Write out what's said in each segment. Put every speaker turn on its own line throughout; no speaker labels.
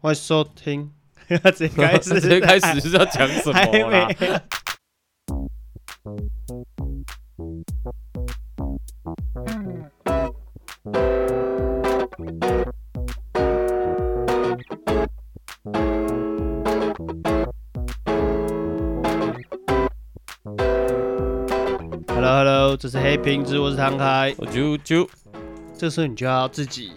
欢迎收听， 直接开始，
直接啊开始是要讲什
还
么啦
没？Hello Hello，这是黑瓶子，我是唐开。
我哦啾啾，
这时候你就要自己，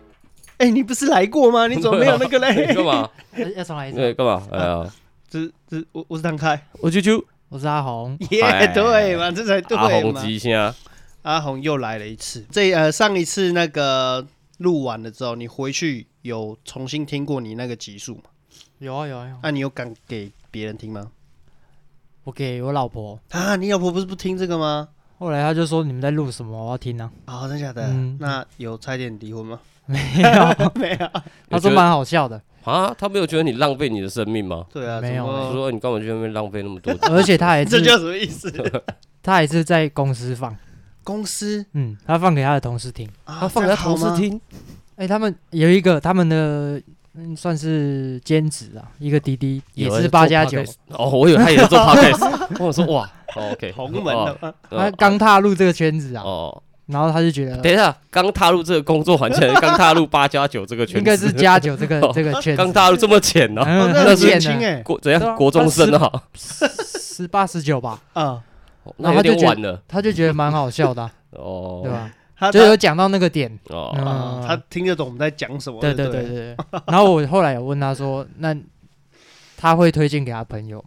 哎、你不是来过吗？你怎么没有那个嘞？
你干？嘛？
要要重来一
对，
次。
干嘛？哎呀，
这这，我我是唐开。
我啾啾，啊
我是阿 红，
耶、
哎
对嘛，这才对嘛。
阿红急一下，
阿红又来了一次。这呃上一次那个录完了之后，你回去有重新听过你那个集数吗？
有啊有啊有啊，
那、你有敢给别人听吗？
我给我老婆，
啊，你老婆不是不听这个吗？
后来她就说你们在录什么，我要听啊。
啊、真假的？
嗯
那有差点离婚吗？
没有，
没有。
她说蛮好笑的，
啊，他没有觉得你浪费你的生命吗？
对啊，
没有
怎
我
么
说哎你干嘛去那边浪费那么 多？
而且她还
这叫
是
什么意 思？
她还是在公司放，
公司
嗯，她放给她的同事听。
啊，
他放给他同
这
事
样好吗。
听，
哎，他们有一个他们的嗯算是兼职啊，一个滴滴也
有人
是
做
八加九，
podcast 哦，我以为他也是做 podcast，我 想说哇哦，OK，
红门啊的
哦
吗？
她刚踏入这个圈子啊，
哦，
然后她就觉
哦
得
等一下，刚踏入这个工作环境，刚踏入八加九这个圈子，
应该是加 九这个
哦
这个圈
刚
子，
踏入这么浅呢？
哦
嗯，
那很
贱
年轻
的，
哎
国怎
对
样？
啊
国中生啊，
十八十九吧，
啊，
哦那有
然后他就
点
觉得
晚了
她就觉得蛮好笑的啊，对
哦，
吧？
他
就有讲到那个点，
哦
嗯
啊，他听得懂我们在讲什么。
对
对
对对对。对 然后我后来有问他说，那他会推荐给他朋友，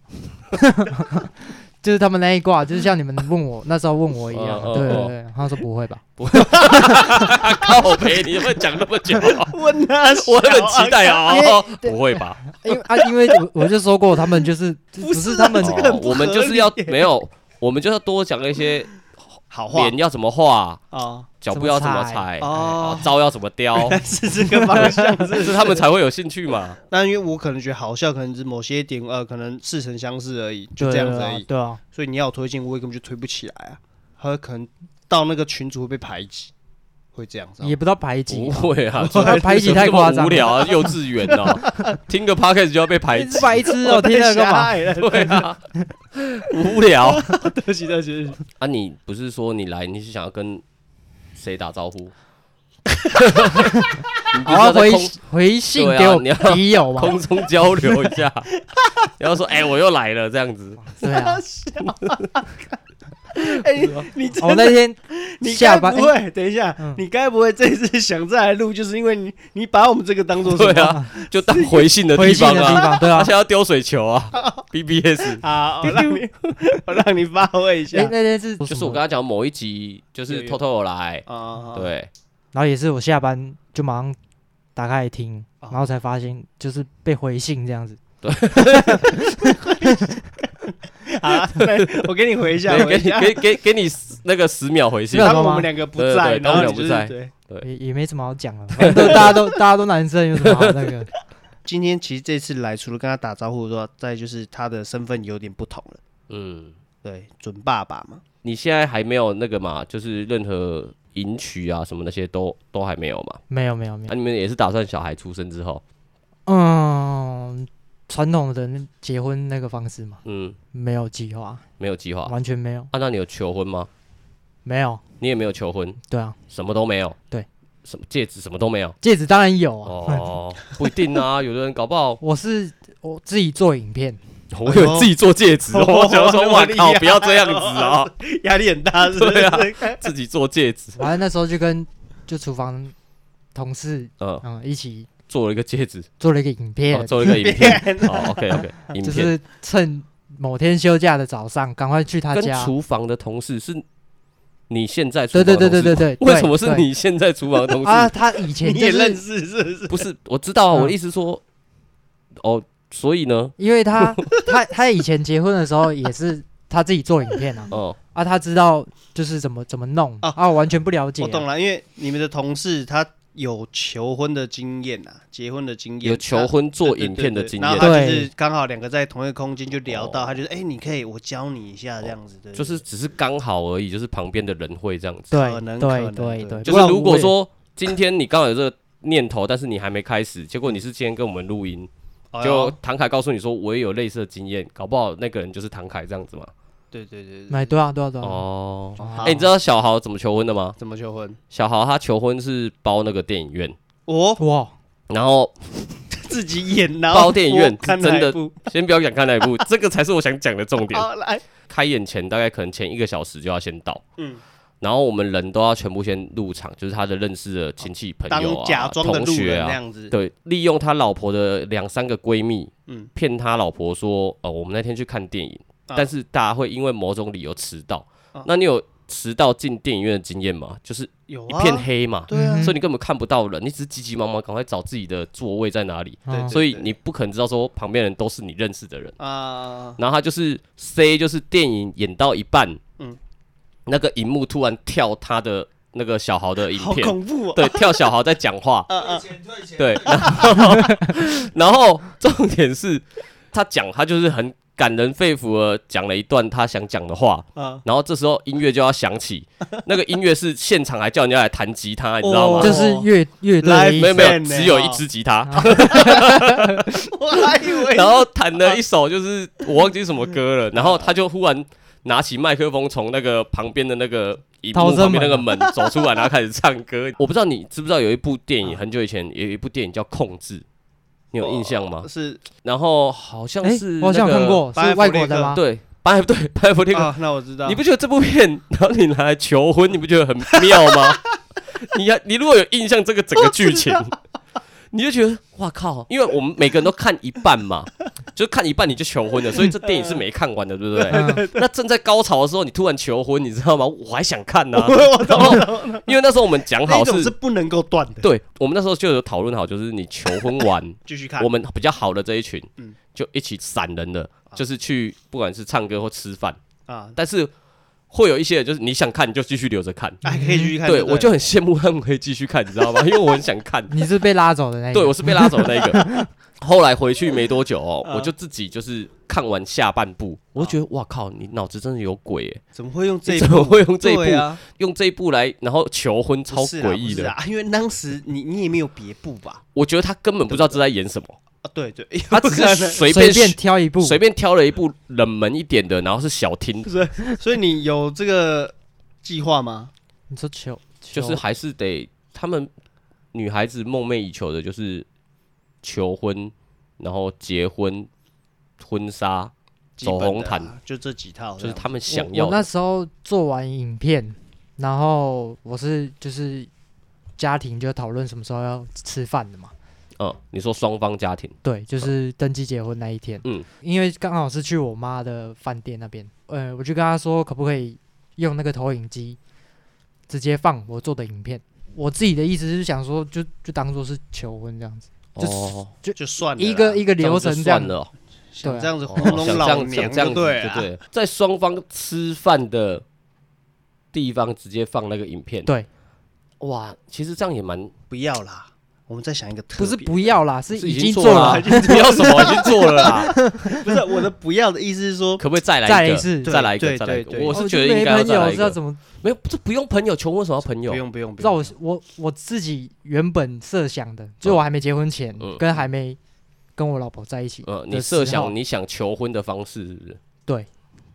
就是他们那一挂，就是像你们问我那时候问我一样
嗯嗯，嗯
对对对。他说不 会吧？
靠北，你会讲那么久？
对， 问他，
我很期待啊
因为！对
不会吧？
因为 啊，因为我我就说过，他们就是
不
不
是
是他们
这个很
哦
不
我们
合
就是要
理耶
没有，我们就要多讲一些
好话
脸要怎么画，
啊
脚步要怎么
怎么
踩，
哦
啊，招要怎么 雕，
是这个方向，是不
是他们才会有兴趣嘛？
那因为我可能觉得好笑，可能是某些点呃，可能似曾相识而已，就这样子而已。
对啊，
所以你要我推进，我也根本就推不起来啊。还有可能到那个群组会被排挤，会这样子啊。
也不到排
不
挤，
会
哦
啊，
不会排挤太夸
这么
张
无聊啊，幼稚园 啊，听个 podcast 就要被排
你
挤
是，白痴
我
哦，听
太
了干
狭
嘛？
隘了啊
对啊，无聊
对不起，对不起，对不起
啊！你不是说你来，你是想要跟谁 打招呼？你不是
我
要
要
在
回
空
回信
对啊
给我
你要
笔友嘛？
空中交流一 下，然后说：“哎、我又来了。”这样子，
对啊，
哎，你真的
我哦那天
你该
下班
不会？等一下
嗯，
你该不会这次想再来录，就是因为你你把我们这个当做
对 啊，就当回信的
回
地
信
方
的地
啊。
方，对 啊
而，且要丢水球 啊，BBS。
啊，我让你 我让你发挥一下
哎，那天是
就是我跟他讲某一集，就是偷偷有来，
啊，
对，
然后也是我下班就马上打开来听，
哦
然后才发现就是被回信这样子。
好啊，来 我给你回一下，
对
回一下
给你给给给你十那个十秒回信
没，有
当
什么
我
吗
们两个不
对对
在，
对
然
当我
后你就
们两个不
是
在
对。
对
也也没什么好讲了，反正都 大家都大家都男生，有什么好那 个？
今天其实这次来，除了跟他打招呼之外，再就是他的身份有点不同了。
嗯，
对，准爸爸嘛，
你现在还没有那个嘛，就是任何迎娶啊什么那些都都还没有嘛，
没有没有没
啊，
有，
你们也是打算小孩出生之后，
嗯，传统的那结婚那个方式嘛，
嗯，
没有计划，
没有计划，啊，
完全没有，
那你有求婚吗？
没有，
你也没有求婚，
对啊，
什么都没有，
对，
什么戒指什么都没有，
戒指当然有啊，
哦，不一定 啊，有的人搞不好
我是我自己做影片，
我有自己做戒 指，
哎呦
我想说，
那么
哇
厉害
靠，不要这样子啊！
压力很大，是不
对啊
是？
自己做戒指，
反正那时候就跟就厨房同事
嗯，
嗯一起
做了一个戒 指，
做了一个影片，
哦，做了一个影片，哦，OK OK，影
就
片
是趁某天休假的早上，赶快去他
跟
家。
厨房的同事是你现在厨
对
房的
对
同事
对对对对，
为什么是
对
你现在厨房的 同
啊？
事？
他以前
你
就
也认
是
识是不是？
不是，我知道啊，
嗯
我的意思说，哦，所以呢，
因为他 他他以前结婚的时候也是他自己做影片啊，
哦，
啊，他知道就是怎么怎么弄
啊
啊，我完全不了解
我懂
啊。
了，因为你们的同事他有求婚的经验啊，结婚的经验，
有求婚
他
做影片的经
对
验
对对，然后他就
对
是刚好两个在同一个空间就聊到，
哦
他就是哎，你可以我教你一下这样子，对，对
就是只是刚好而已，就是旁边的人会这样子，
对
可能可
对
能
对
对
对，
就是 如果说今天你刚好有这个念头，但是你还没开始，结果你是今天跟我们录音，
哎呦
就唐凯告诉你说我也有类似的经验，搞不好那个人就是唐凯这样子嘛。
对对对对，
买对啊对啊对啊，
哦，
好
哎、你知道小豪怎么求婚的吗？
怎么求婚？
小豪他求婚是包那个电影院，
我
哇，
然后
自己演，然后
包电影院
我看
是真的
哪一部
先不要讲看那 一部，这个才是我想讲的重点。
好哦来，
开演前大概可能前一个小时就要先到，
嗯，
然后我们人都要全部先入场，就是他的认识的亲戚朋
当
友啊、
假装的
同
路
学
人那
啊，
样子，
对，利用他老婆的两三个闺蜜，
嗯
骗他老婆说，呃，我们那天去看电影，
啊
但是大家会因为某种理由迟到
啊。
那你有迟到进电影院的经验吗？就是
有
一
啊，
片黑嘛，
对啊
嗯，
所以你根本看不到人，你只是急急忙忙赶快找自己的座位在哪里，
对
哦
对
所以你不可能知道说旁边人都是你认识的人。
嗯
啊，
然后他就是 C，就是电影演到一半，
嗯
那个荧幕突然跳他的那个小豪的影
好
片，
恐怖哦，，
对，跳小豪在讲话
啊啊，
对，然后然后重点是他讲，他就是很感人肺腑的讲了一段他想讲的话，
啊，
然后这时候音乐就要响起，那个音乐是现场还叫人家来弹吉他，你知道吗
哦？
就是乐乐队的意
没有
思
没有，
Live band 呢
只有一支吉他，
我还以为
然后弹了一首就是我忘记什么歌了，然后他就忽然拿起麦克风从那个旁边的那个荧幕
逃生
旁边那
门啊
个门走出来，然后开始唱歌。我不知道你知不知道有一部电影很久以前有一部电影叫《控制》，你有印象吗？
是
然后好像
哎
是，
我好像有
那个
看，过，
班艾
是
弗列
外
克
国的吗？
对，白对 白佛那个，
啊，那我知道，
你不觉得这部片，然后你拿来求婚，你不觉得很妙吗？ 你要你如果有印象这个整个剧情， 你就觉得哇靠，因为我们每个人都看一半嘛， 就看一半你就求婚了，所以这电影是没看完的，对不对？
嗯
那正在高潮的时候，你突然求婚，你知道吗？我还想看呢、
我
然后因为那时候我们讲
那
好
种
是，
是不能够断的，
对我们那时候就有讨论好，就是你求婚完，
继续看
我，们比较好的这一群
嗯，
就一起散人的，就是去不管是唱歌或吃饭，
啊，
但是会有一些人就是你想看你就继续留着看。
还可以继续看，
嗯对，
不
我就很羡慕他们可以继续看，你 知道吗？因为我很想看。
你是被拉走的那一个，
对，我是被拉走的那一个。后来回去没多久哦，
啊
我就自己就是看完下半部，我就觉得哇靠，你脑子真的有鬼耶！
怎么会用啊这
你
一
怎么
部？
会用这一
对
部
啊，
用这一部来，然后求婚，超
不是啦
诡异
不是
的。
啊，因为当时你你也没有别部吧？
我觉得他根本不知道这在演 什么，
啊，对对，
他只
有可
是
能
随
随
便
便挑一部，
随便挑了一部冷门一点的，然后是小厅，
所以你有这个计划吗？
你说球啊
就是还是得他们女孩子梦寐以求的就是求婚，然后结婚、婚纱，
基本的啊
走红毯
就这几套这
就是
样，
他们
我
想
哦我
要
那
的。
时候做完影片，然后我是就是家庭就讨论什么时候要吃饭的嘛。
嗯，你说双方家庭，
对，就是登记结婚那一天。
嗯，
因为刚好是去我妈的饭店那边，呃，我就跟她说可不可以用那个投影机直接放我做的影片。我自己的意思是想说就，就当做是求婚这样子，就
哦，
就算了啦
一个一个流程
这样就算了哦，
想
对啊
这样子
哦
糊弄
想这
老
样
娘
想这样
就
子
对
就
了啊
对了，在双方吃饭的地方直接放那个影片。
对，
哇，其实这样也蛮
不要啦，我们再想一个特
不
别
是
的，
不要啦，是
是
已经
做
做
啊
了，
你要什么已经做了啦，
不是我的不要的意思是 说，
可不可以再来
再来
一
一
个？
次。
再来一个，
对
再来一个
对。对
我
哦
是
就
觉得应
没
该要
朋
再来
友
一
知道
个。
怎么，
没有，这不用朋友，求婚为什么要朋
不
友？
用不用，不
知道
用
我我我自己原本设想的，就我还没结婚前，
嗯
跟还没跟我老婆在一起，
呃，你
的
设
时候
想你想求婚的方式是不是？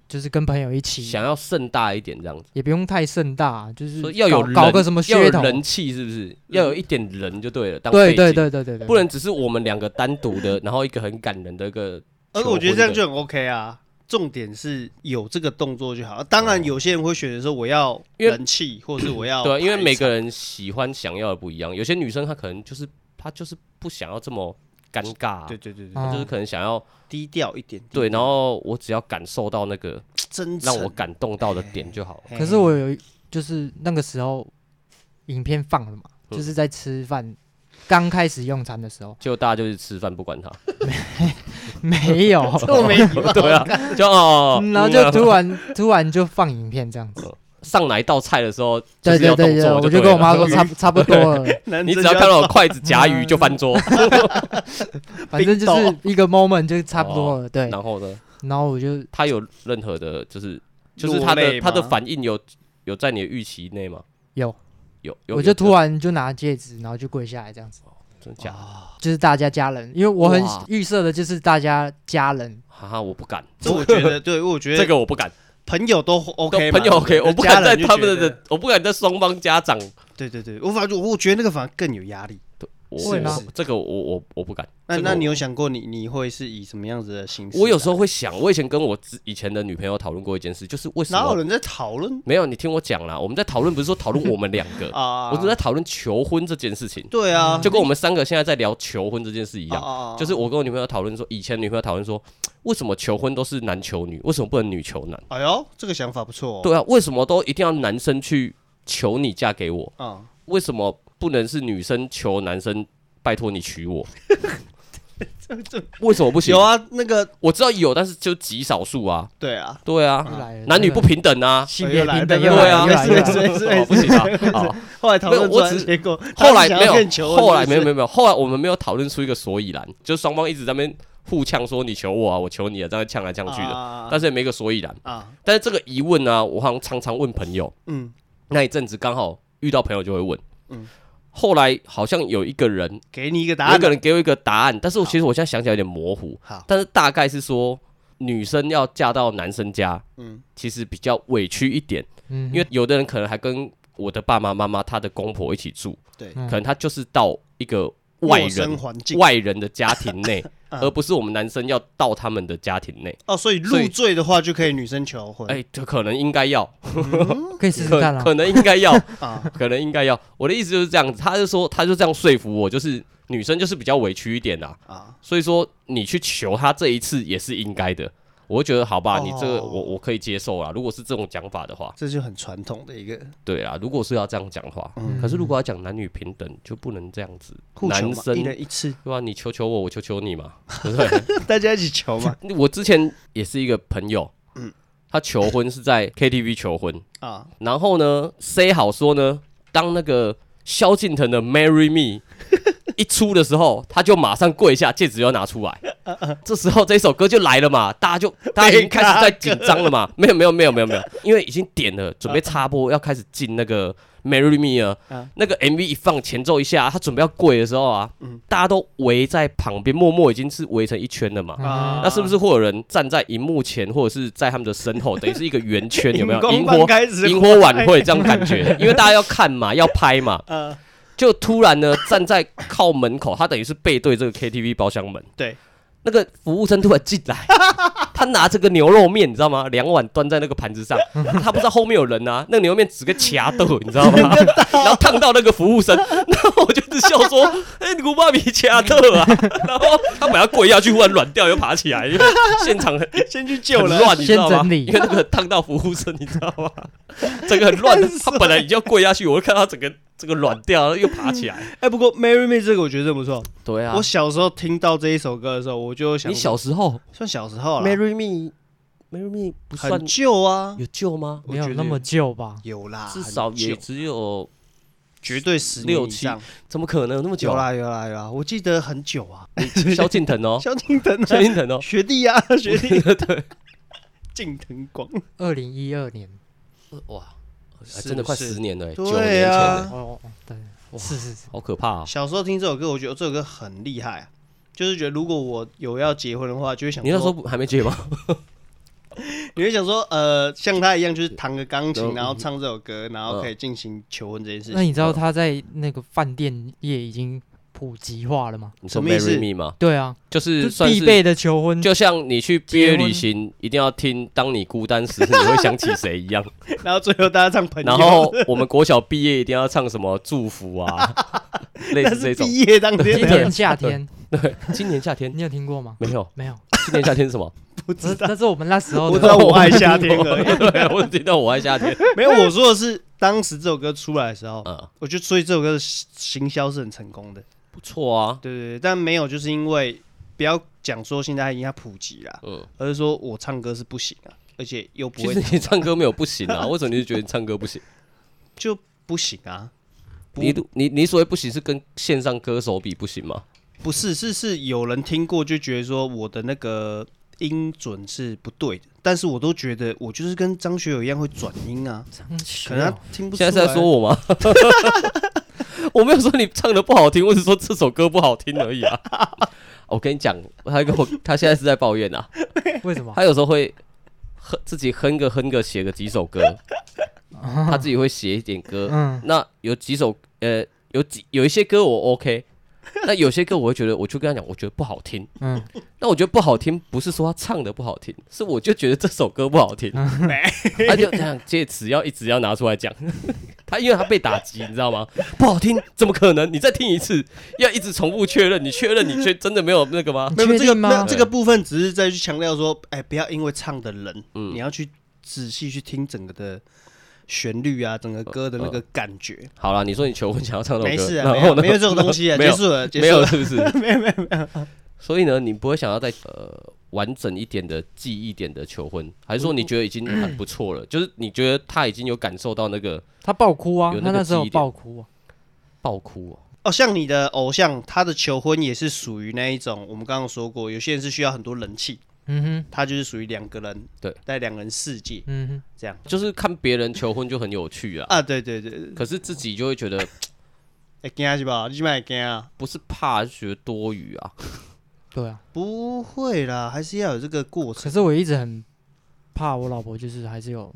就是跟朋友一起，
想要盛大一点这样子，
也不用太盛大，就是
说要有
搞搞
人
个什么
要有
噱头，
人气是不是？要有一点人就对了，当背景
对对，对对对对，
不能只是我们两个单独的，然后一个很感人的一个
而
求婚
呃
的。
我觉得这样就很 OK 啊。重点是有这个动作就好，呃当然有些人会选择说我要
嗯因为
人气，或是我要
对啊，因为
排
每个
场
人喜欢想要的不一样，有些女生她可能就是她就是不想要这么尴尬，啊
对对对对
哦
她就是可能想要
低调一点，
嗯对，然后我只要感受到那个
真诚
让我感动到的点就好了。
哎
可是我有一就是那个时候影片放了嘛，
嗯
就是在吃饭刚开始用餐
，
的时候
结果大家就是吃饭不 管他，
没有，
都没礼貌
对啊，就哦，
嗯然后
嗯啊
就突然突然就放影片这样子，
上哪一道菜的时候，就
对
是
对
要
对
动
对，
作
我
就
就
对
跟我妈
了
说 差不差不多了，
男
你只
生
要
就
看到我筷子夹鱼就翻 桌，
反正就是一个 moment 就差不多了，对，
然后呢，
然后我就
他有任何的，就是就是
落
他的
泪
他的
吗
反应有有在你的预期内吗？
有，
有，有
我就
有
突然就拿戒指，然后就跪下来这样子，
真的假的？
哦
就是大家家人，因为我很
哇
预设的就是大家家人，
哈哈，我不敢，
这我觉得，对我觉
这
得
个我不敢。
朋友都 OK，嘛
朋友 OK，我不敢在他们，
对对
的，我不敢在双方家长。
对对对，我反正我觉得那个反而更有压力。
我
会吗
我这个我我我不敢。
那
这个
那
我
你有想过你你会是以什么样子的形式来？
我有时候会想，我以前跟我之以前的女朋友讨论过一件事，就是为什
哪有
么
人在讨论
没有你听我讲啦？我们在讨论不是说讨论我们两 个，
啊？
我只是在讨论求婚这件事情，
对啊，
就跟我们三个现在在聊求婚这件事一
一
样。就是我跟我女朋友讨论说，以前女朋友讨论说，为什么求婚都是男求女，为什么不能女求男？
哎呦，这个想法不错哦。
对啊，为什么都一定要男生去求你嫁给我？
啊，
为什么不能是女生求男生拜托你娶 我？为什么不行？
有，啊，那个
我知道有，但是就极少数啊。
对啊，
对啊，
啊
又来了
男女不平等啊。
性
哎
别
又来
平等，
了
又
对
来
啊
了又来
没
了
事没事没事
哦，
没
不
事
行啊！好，
后来讨论
没有
出
我
来
只
结果，
后来
他
没
是想要变
有，
求
后来没有没
有，
有没有，后来我们没有讨论出一个所以然，就是双方一直在那边互呛说你求我啊，我求你啊，这样呛来呛去的，
啊
但是也没个所以然。
啊，
但是这个疑问呢、啊我好像常常问朋友，
嗯，
那一阵子刚好遇到朋友就会问，
嗯
后来好像有一个人
给你一个答
有一
案
个。人给我一个答案，但是我其实我现在想起来有点模糊，
好，
但是大概是说女生要嫁到男生家，
嗯
其实比较委屈一点，
嗯，
因为有的人可能还跟我的爸爸妈妈、他的公婆一起住，
对
嗯
可能他就是到一个外
陌生
人
环境
外人的家庭内，
嗯
而不是我们男生要到他们的家庭内，
哦，所以
所
入
以
赘的话就可以女生求婚。
哎，这可能应该要，
嗯
可以试试
可
看啊，
可能应该要，
啊，
可能应该要。我的意思就是这样，他就说他就这样说服我，就是女生就是比较委屈一点啊，
啊
所以说你去求他这一次也是应该的。我会觉得好吧，
哦
你这个我我可以接受啦。如果是这种讲法的话，
这就很传统的一个
对啊，如果是要这样讲的话，
嗯
可是如果要讲男女平等，就不能这样子。
互求
男
嘛，
生
一人一次，
对吧、你求求我，我求求你嘛，对不对？
大家一起求 嘛。
我之前也是一个朋友，他求婚是在 KTV 求婚，
啊，
然后呢，say 好说呢，当那个萧敬腾的《Marry Me》一出的时候，他就马上跪下，戒指要拿出来。这时候这首歌就来了嘛，大家就大家已经开始在紧张了嘛。没有没有没有没有没有，因为已经点了，准备插播，要开始进那个《Marry Me》
嗯
啊。那个 MV 一放，前奏一下，他准备要跪的时候啊
嗯，
大家都围在旁边，默默已经是围成一圈了嘛。
啊
啊，
那是不是会有人站在荧幕前，或者是在他们的 身后，等于是一个圆圈，有没有？
荧
荧
光
光
棒开始
萤火晚会这样感觉，因为大家要看嘛，要拍 嘛，
呃，
就突然呢站在靠门口，他等于是背对这个 KTV 包厢门，
对，
那个服务生突然 进来，他拿这个牛肉面，你知道吗？两碗端在那个盘子上，他不知道后面有人啊，那个牛肉面只跟卡豆，你知道 吗？然后烫到那个服务生，然后我就是笑 说：“哎、你古巴比卡豆啊！”然后他本来跪下去，忽然软掉又爬起来，因为现场 很
先去救
很
人，
乱，你知道
先
吗？
整理
因为那个烫到服务生，你知道吗？整个很 乱，他本来已经要跪下去，我就看到整个这个软掉，然后又爬起来。
哎，不过《Marry Me》这个我觉得真不错。
对啊
我小时候听到这一首歌的时候，我就想，
你小时候
算小时候了，
marry me，marry me 不算
很旧啊，
有救吗？
我
没有
觉得
那么旧吧？
有啦，
至少
很旧
也只有，
绝对十
六
年以
七
上，
怎么可能有那么久啊
有？啦有啦有啦，我记得很久啊，
萧敬腾 哦，
萧敬腾啊，
萧敬腾哦，
学弟啊，学 弟，对，敬腾光，
二零一二年，
哇，还
是
哎真的快
不是
十年了欸，九年
对
前
啊
了，
哦，对，
哇
是是是，
好可怕哦！
小时候听这首歌，我觉得这首歌很厉害啊，就是觉得如果我有要结婚的话，就会想
你那时候
说，
不还没结吗？
你会想说，呃，像他一样，就是弹个钢琴，
嗯
然后唱这首歌，然后可以进行求婚这件事
那
情。
你知道他在那个饭店业已经普及化了吗？
你说
什么意思
marry me 吗？
对啊，
就是
就
算
必
是
备的求婚，
就像你去毕业
结婚
旅行一定要听《当你孤单时你会想起谁》一 样，
然后最后大家唱朋友，
然 后我们国小毕业一定要唱什么祝福啊，类
但
似
是
这种。
毕业当
今
天
年夏天，
对，今年夏天
你有听过吗？
没有，
没有，
今年夏天是什么？
不知道，
那是我们那时候
我知
的
道我爱夏天而已。
对，我听到我爱夏天。
没有，我说的是当时这首歌出来的时候，
嗯，
我觉得所以这首歌的行销是很成功的。
不错啊。
对对对，但没有，就是因为不要讲说现在已经它普及啦，
嗯，
而是说我唱歌是不行啊，而且又不
其
会
实你唱歌没有不行 啊，为什么你就觉得你唱歌不行？
就不行啊。不
你你你所谓不行是跟线上歌手比不行吗？
不是，是是有人听过就觉得说我的那个音准是不对的，但是我都觉得我就是跟张学友一样会转音啊，
张学
可能
友
他听不出啊
现在
来。
是在说我吗？ 我没有说你唱的不好听，我只是说这首歌不好听而已啊。 我跟你讲，他跟我他现在是在抱 怨啊，
为什么？
他有时候会哼自己哼个哼个写个几首歌，他自己会写一点歌。
嗯，
那有几首呃有几有一些歌我 OK，那有些歌我会觉得，我就跟他讲，我觉得不好听。
嗯，
那我觉得不好听，不是说他唱的不好听，是我就觉得这首歌不 好听，他就这样借此要一直要拿出来讲。 他因为他被打击，你知道吗？不好听，怎么可能？你再听一次，要一直重复确认，你确认你确真的没有那个吗？
没有
哦确
这个
定吗
没有这个
对
部分，只是再去强调说，哎，不要因为唱的人，
嗯
你要去仔细去听整个的旋律啊，整个歌的那个感觉。
好了，你说你求婚想要唱这
没
首歌，
事啊，没
呃然后
有
呢
没有这种东西啊，
没
结
有
束了，结
没
束
有
了，
是不是？没有 没有没有。所以呢，你不会想要再呃完整一点的、记忆点的求婚，还是说你觉得已经很不错了？就是你觉得他已经有感受到那个
他爆哭啊
有，那
他
个
那时候
记忆点
爆哭啊，
爆哭、哦，
哦，像你的偶像，他的求婚也是属于那一种，我们刚刚说过，有些人是需要很多人气，
嗯哼，
他就是属于两个人，
对，
在两人世界
嗯哼，
这样
就是看别人求婚就很有趣啊，
啊，对对对对，
可是自己就会觉得
会惊是吧？你买惊啊？
不是怕，就觉得多余啊。
对啊。
不会啦，还是要有这个过程。
可是我一直很怕我老婆，就是还是有，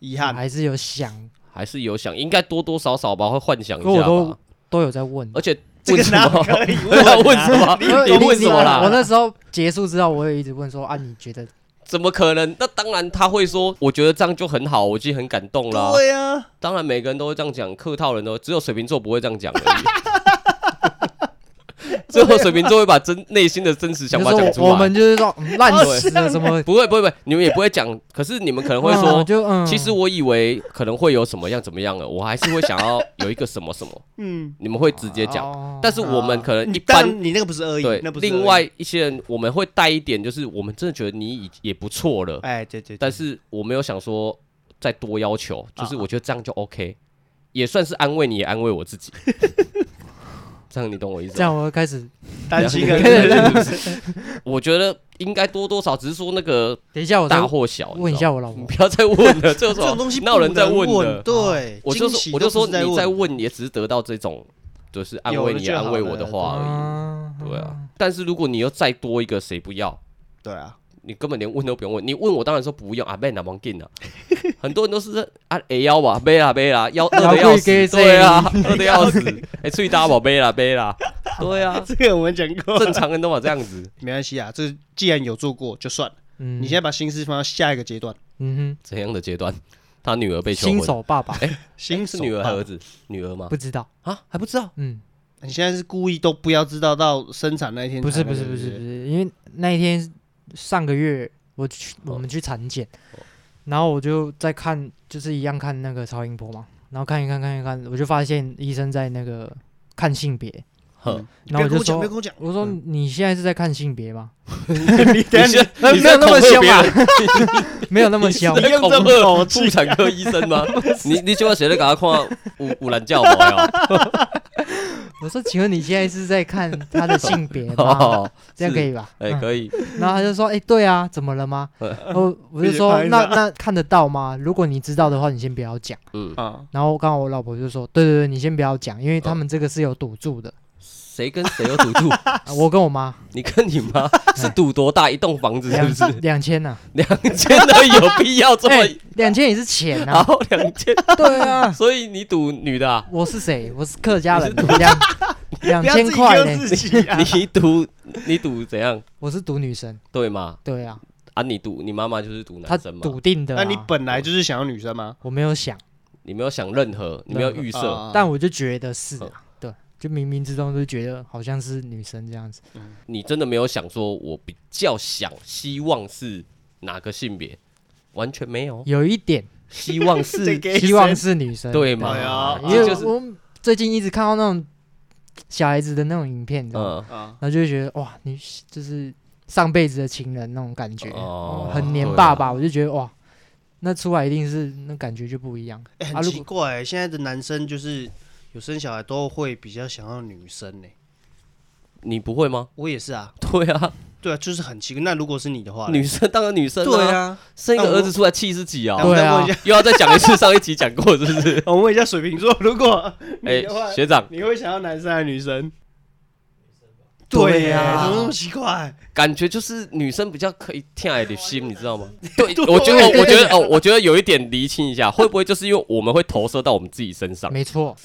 遗
我
憾，
还是有想，
还是有想，应该多多少少吧，会幻想一
可我
下
都
吧。
都有在问。
而且
这个
问什
哪
么？
可以
对啊问
啊
什么？
因为
你问什么
啊我
啦？
那时候结束之后，我也一直问说啊，你觉得
怎么可能？那当然他会说，我觉得这样就很好，我已经很感动啦。
对啊，
当然，每个人都会这样讲，客套人都只有水瓶座不会这样讲 而已。只有水瓶座会把真内心的真实想
就
法
是
讲
我
出
我
来。哦
们就是说嗯烂
好
死了什么，
不会不会不会，你们也不会讲，可是你们可能会
嗯
说，
就嗯，
其实我以为可能会有什么样怎么样了，我还是会想要有一个什么什么，
嗯，
你们会直接讲。
哦
但是我们可能
你
一般
当然你那个不是恶意
对，
那不是恶意
另外，一些人我们会带一点，就是我们真的觉得你已也不错了，
哎，对对，对
但是我没有想说再多要求，就是
啊
我觉得这样就 OK，、也算是安慰你，也安慰我自己。 这样你懂我意思吗？
这样我就开始
担心啊跟
对对对对对我觉得应该多多少，只是说那个
等一下我再
大或小。
问一
你知道吗，
下我老
你
婆，
不要再问了，这有什
这种
么
东西
哪有人在
不能问
的？哦
对，
我
惊
就说
喜
我就
都
说
不是在
你在
问，
问，也只是得到这种就是安
有
慰
了
你、
就
安
好
慰我的
了
话而已。
嗯
对啊，但是如果你又再多一个，谁不要？
对啊，
你根本连问都不用问，你问我当然说不用啊，被拿毛巾啊，很多人都是在啊，哎腰吧，背啦背啦，腰
腰
饿的要
贵
死，
给
对啊，饿的要死，哎，最大宝背啦背啦，对啊，
这个我们讲过，
正常人都嘛这样子，
没关系啊，这既然有做过就算了，
嗯，
你现在把心思放到下一个阶段，
嗯
怎样的阶段？他女儿被
哼，
求
新
婚，
手爸爸
新
是
哎手
女儿
爸
还儿子？女儿吗？
不知道，
啊，还不知道，
嗯，
你现在是故意都不要知道到生产那一天才
不是
那个，
不是不
对
是
对
不是，因为那一天上个月我去我们去产检，然后我就在看，就是一样看那个超音波嘛，然后看一看看一看，我就发现医生在那个看性别，
呵，
不
然后
要跟
我就
我讲，嗯不要
说
跟。我讲，
我说你现在是在看性别吗？
你等一
是
下
那
你
没有那么
凶
凶吧？没有那么凶
你，
你
在
用
恐
这
吓
么口
妇
气
产科医生吗？你你就要谁在给他看有有懒觉无哟？
我说请问你现在是在看他的性别吗？
哦，
这样可
是，
以吧？
哎，
嗯
可以，
然后他就说：“哎、对啊，怎么了吗？”我我就说：“
必须拍一
那
下
那看得到吗？如果你知道的话，你先不要讲。
嗯，
啊，”
然后刚好我老婆就说：“对对对，你先不要讲，因为他们这个是有赌注的。
谁跟谁有赌注？
啊我跟我妈
你跟你妈是赌多大一栋房子是
两
不是？
两千呐，
两千的有必要这
哎
么？，
两千也是钱
然
啊。
后两千，
对 啊，
所以你赌女的 啊？
我是谁？我是客家人，两两
不要自
千
己
块
丢
呢？
自己 啊，
你赌你赌怎样？
我是赌女生，
对嘛？
对啊，
啊，你赌你妈妈就是赌
他
男生嘛？
笃定的、
那
啊。
你本来就是想要女生吗？
我没有想，
你没有想任何，你没有预设，
啊
但我就觉得是啊，对，就冥冥之中就觉得好像是女生这样子。
你真的没有想说，我比较想希望是哪个性别？完全没 有，
有一点
希望
这
是
个
希望是女生，
对
哎
嘛
呀？
因
这
为
就是
我最近一直看到那种小孩子的那种影片，你知道吗？
嗯
啊，
然后就会觉得哇，你就是上辈子的情人那种感觉，
哦
很黏爸爸，我就觉得哇，那出来一定是那感觉就不一样。
哎，
啊
很
如
奇
果
怪欸，现在的男生就是有生小孩都会比较想要女生呢，欸
你不会吗？
我也是啊，
对啊，
对啊，就是很奇怪。那如果是你的话嘞，
女生当然女
哎
生
对，啊，
生一个
那我
儿子出来气自己
那
啊
我，
对
再
啊
问一下，？
又要再讲一次上一集讲过是不是
我问一下水瓶座，如果 你
哎
的话，
学长，
你会想要男生还是女生？
对
耶
啊
怎么那么奇怪？
感觉就是女生比较可以听爱的心，你知道吗？对
对，
我觉得，我觉得，哦，我觉得有一点厘清一下，会不会就是因为我们会投射到我们自己 身上？
没错，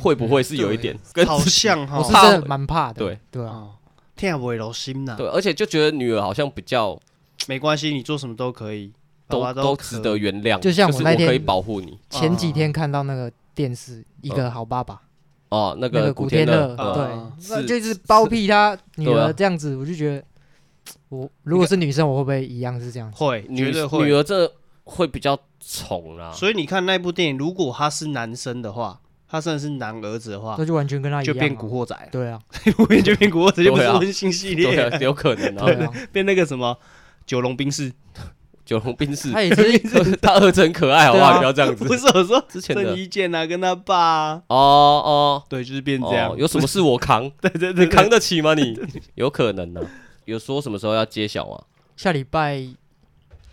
会不会是有一点跟
嗯好
自己
像
我是
哈，
真的蛮怕的。
哦对
对啊，
哦天不会柔心呐，
对，而且就觉得女儿好像比较
没关系，你做什么啊都可以，爸
都
爸
都
可
值得原谅，
就像
是
我
我
那天
可以保护你
前几天看到那个电视《一个好爸爸》，
哦，那
那
个
个
古
古
天
天
乐
乐，
嗯
嗯
对，那
是
就是包庇他女
对啊
儿这样子，我就觉得，我如果是女生，我会不会一样是这样？
会，
女
绝对
女
会。
儿这会比较宠啊啦，
所以你看那部电影，如果他是男生的话，他甚至是男儿子的话
那，就完全跟他一
就
样啊，
变古惑仔了，
对啊，
我也就变古惑仔，就不是
对啊
温馨系
对
列，
啊，有可能
对
啊，
啊，
变那个什么九龙冰室。
九龙冰室，
他也是
可是他儿子很可爱，好不
对
好？
啊
不要这样子
不，是我说
之前
郑
的
伊健啊，跟他爸啊，
哦哦。
对，就是变这样
哦，。有什么事我 扛，
对对
你
对，
扛得起吗？你有可能呢、有说什么时候要揭晓啊？
下礼拜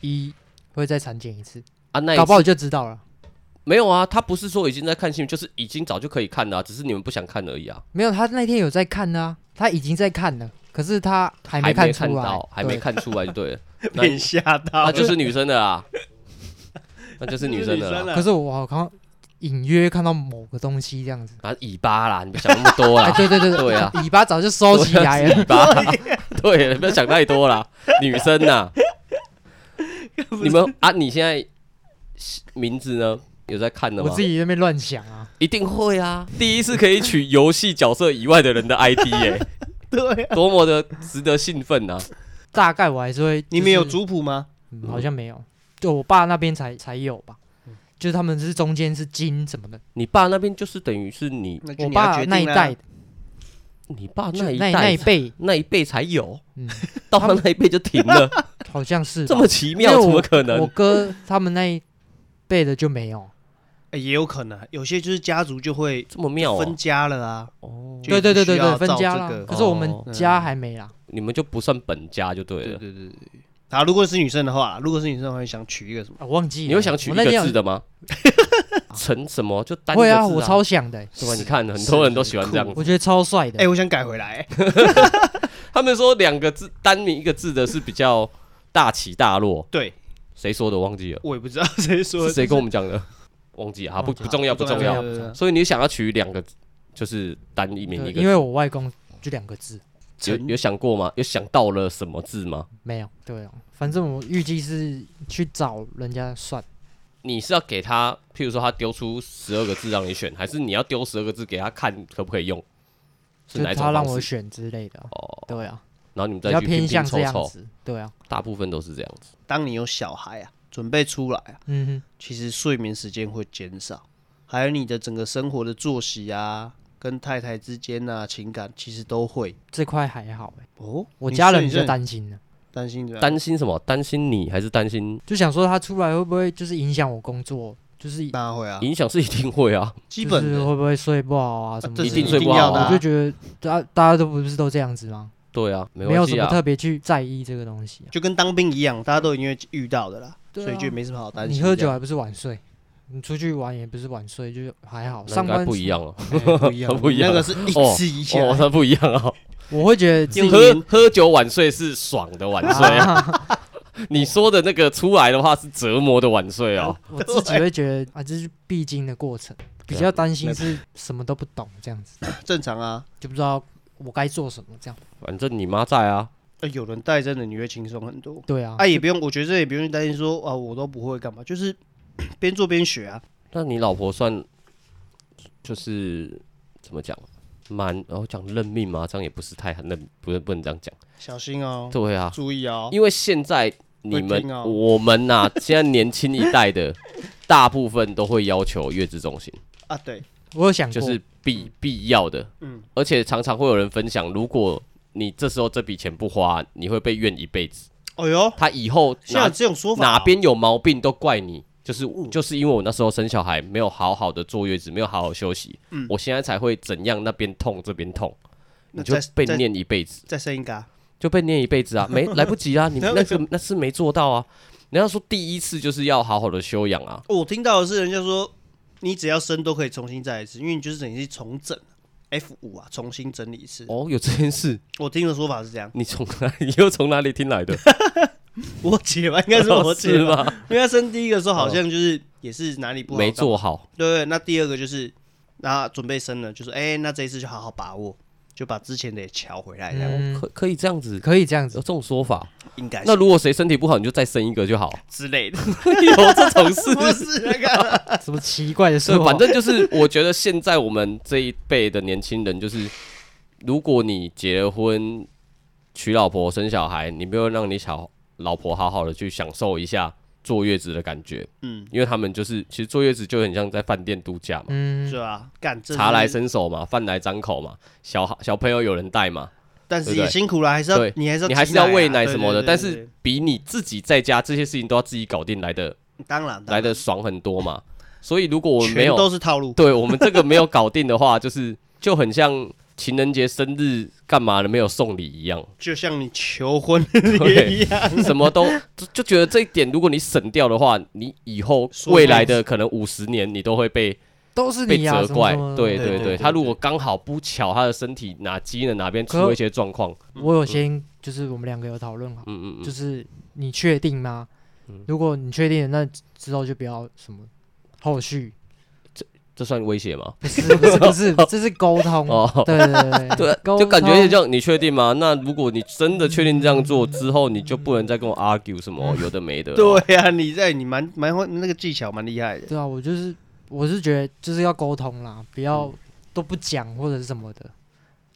一会再产检一次，
啊，那一
搞不好
次
就知道了。
没有啊，他不是说已经在看新闻，就是已经早就可以看了啊、只是你们不想看而已啊，
没有，他那天有在看呢、他已经在看了，可是他还
没
没
看
看出来
到，，还没
对。
看出来就 对了，那
被你吓到
那
了，
啊就是女生的啦，那就是女生的啊啦，
了
可是我好像隐约看到某个东西这样子。
啊，尾巴啦，你不要想那么多
哎，
啦，
对对 对
对啊，
尾巴早就收起 来
对啊是尾
了。
巴，对，你不要想太多 啦，女生呐，你们啊，你现在名字呢有在看的
我
吗？
自己在那边乱想啊，
一定会啊！第一次可以取游戏角色以外的人的 ID 耶、
对啊。
多么的值得兴奋啊！
大概我还是会、
你们有
就是
族谱吗？
嗯好像没有，就我爸那边才才有吧。
嗯
就是他们是中间是金什么的，
你爸那边就是等于是你，
啊那就
我
你要
爸
决
那一
定
代
啦。
的
你爸
就
啊那一
那
代
那一辈，
那一辈才有，
嗯，
到他那一辈就停了，
好像是吧
这么奇
因
妙，
为
怎么可能
我？哥他们那一辈的就没有，
哎也有可能，有些就是家族就会
这么妙哦
分家了啊。
哦！
就
对对对对
需要
对，分
照
家
这
啦。
个
可是我们
哦
家
嗯
还没啦，
你们就不算本家就对
对
了。
对对对。啊，如果是女生的话，如果是女生的话，你想娶一个什么？
啊忘记了。
你会想取一
我那天
个
有
字的吗？ 成什么就单一个
会
字
啊，我超想的欸、
对吧？你看很多人都喜欢这样
我觉得超帅的。
哎、我想改回来、
他们说两个字单名一个字的是比较大起大落，
对
谁说的忘记了？
我也不知道谁说
啊
是
的，
谁跟我们讲的？忘记啊，不
忘记
不重要，不重要。
对对对
所以你想要取两个，就是单一名一
对
个
因
字，
为我外公就两个字，
有有想过吗？有想到了什么字吗？
没有。对啊，反正我预计是去找人家算，
你是要给他，譬如说他丢出十二个字让你选，还是你要丢十二个字给他看可不可以用？是
就
哪一种
他让
方
我
式
选之类的啊。
哦，
对啊，
然后你们
比
再
较
去
偏
拼拼
向
凑
这样
凑，
子。对啊，
大部分都是这样子。
当你有小孩啊，准备出来啊，
嗯
其实睡眠时间会减少，还有你的整个生活的作息啊，跟太太之间啊，情感其实都会
哼，这块还好哎、
哦。
我
你
家
是
人
你
比较
是
担心呢，
担心的，
担心什么？担心你还是担心？
就想说他出来会不会就是影响我工作，就是
当然会啊，
影响是一定会啊，
基
就
本
是
的
会不会睡不好啊什
啊
么
这
的，
是
一定睡不
要
好
的
啊
啊
我就觉得大大家都不是都这样子吗？
对啊，没
没有
关
什
系
么
啊。
特别去在意这个东西啊、
就跟当兵一样，大家都因为遇到的啦，
对啊
所以就没什么好担心
你
这样。
喝酒还不是晚睡，你出去玩也不是晚睡，就是还好。
那
上
应该
班
不一，样哦，
啊哎
不一样，
不一样
那个是一次一下，
哦，那不一样哦。
我会觉 得自己
喝喝酒晚睡是爽的晚睡啊，
啊，
你说的那个出来的话是折磨的晚睡哦。
我自己会觉得啊，这是必经的过程，比较 担
啊
心是什么都不懂这样子，
正常啊。
就不知道我该做什么这样。
反正你妈在啊，
呃有人带真的你会轻松很
哦
多，
对啊，
哎
啊，也不用，我觉得这也不用担心说啊，我都不会干嘛，就是 边做边学啊。
那你老婆算就是怎么讲，蛮哦讲认命嘛，这样也不是太很认，不是不能这样讲。
小心哦，
对啊，
注意哦。
因为现在你
会
们
听哦
我们呐、现在年轻一代的大部分都会要求月子中心，
啊，对，
我有想
就
过，
是必必要的，
嗯
而且常常会有人分享，如果你这时候这笔钱不花，你会被怨一辈子。
哎呦，
他以后
现在
哪
有这种说法哦、嗯
哪边有毛病都怪你，就是就是因为我那时候生小孩没有好好的坐月子，没有好好休息，我现在才会怎样那边痛这边痛，
嗯那
你就
再
被
再
念一辈子。
再生一个啊、
就被念一 辈子啊，没来不及啊，你
那
那个那是没做到啊。人家说第一次就是要好好的修 养啊，
哦我听到的是人家说，你只要生都可以重新再来一次，因为你就是等于是重整 F 五啊，重新整理一次。
哦，有这件事，
我听的说法是这样，
你从哪里 你又从哪里听来的？
我姐吧，应该是我姐
哦是
吧，
吧？
因为她生第一个时候好像就是也是哪里不好
没
干嘛
做好，
对那第二个就是，那准备生了，就是哎、那这一次就好好把握，就把之前的也瞧回来，这样、
嗯，
可可以这样子，
可以这样 子
有，这种说法。
应该是
那如果谁身体不好，你就再生一个 就好。
之类 的，
有这 种事
不是那个
什么奇怪的
是
说，法？
反正就是我觉得现在我们这一辈的年轻人，就是如果你结婚、娶老婆、生小孩，你没有让你小老婆好好的去享受一下坐月子的感觉，
嗯，
因为他们就是其实坐月子就很像在饭店度假嘛，
嗯
是，吧？干这
茶来
是，
伸手嘛，饭来张口嘛，小孩小朋友有人带嘛，
但是
对不
也
对
辛苦了，还是要
对
你还是要
你还是
挤
要
啊
喂奶
对
什
对
么的，
对
但
对
是比你自己在家这些事情都要自己搞定来的
对当然
来的爽很多嘛。 所以如果我们
全
没有
都是套路，
对我们这个没有搞定的话，就是就很像情人节、生日干嘛的没有送礼一 样，
就像你求 婚也一样，
什么都就就觉得这一点，如果你省掉的话，你以后
说不定
未来的可能五十年你都会被
都是
被
你啊，
责
什么
怪
什么。的
对
对
对
对
对，
对
他如果刚好不巧他的身体哪机能哪边出了一些状况，
我有先就是我们两个有讨论好，
嗯嗯嗯嗯，
就是你确定吗？如果你确定，那之后就不要什么后续，
这算威胁吗？
不是不是不 是，这是沟
嗯
通
哦，
对对对
对啊，
沟
就感觉
通
这样，你确定吗？那如果你真的确定这样做之后，你就不能再跟我 argue 什么有的没的了。
嗯对呀、你在你蛮蛮会那个技巧蛮厉害的，
对啊，我就是我是觉得就是要沟通啦，不要
嗯
都不讲或者是什么的，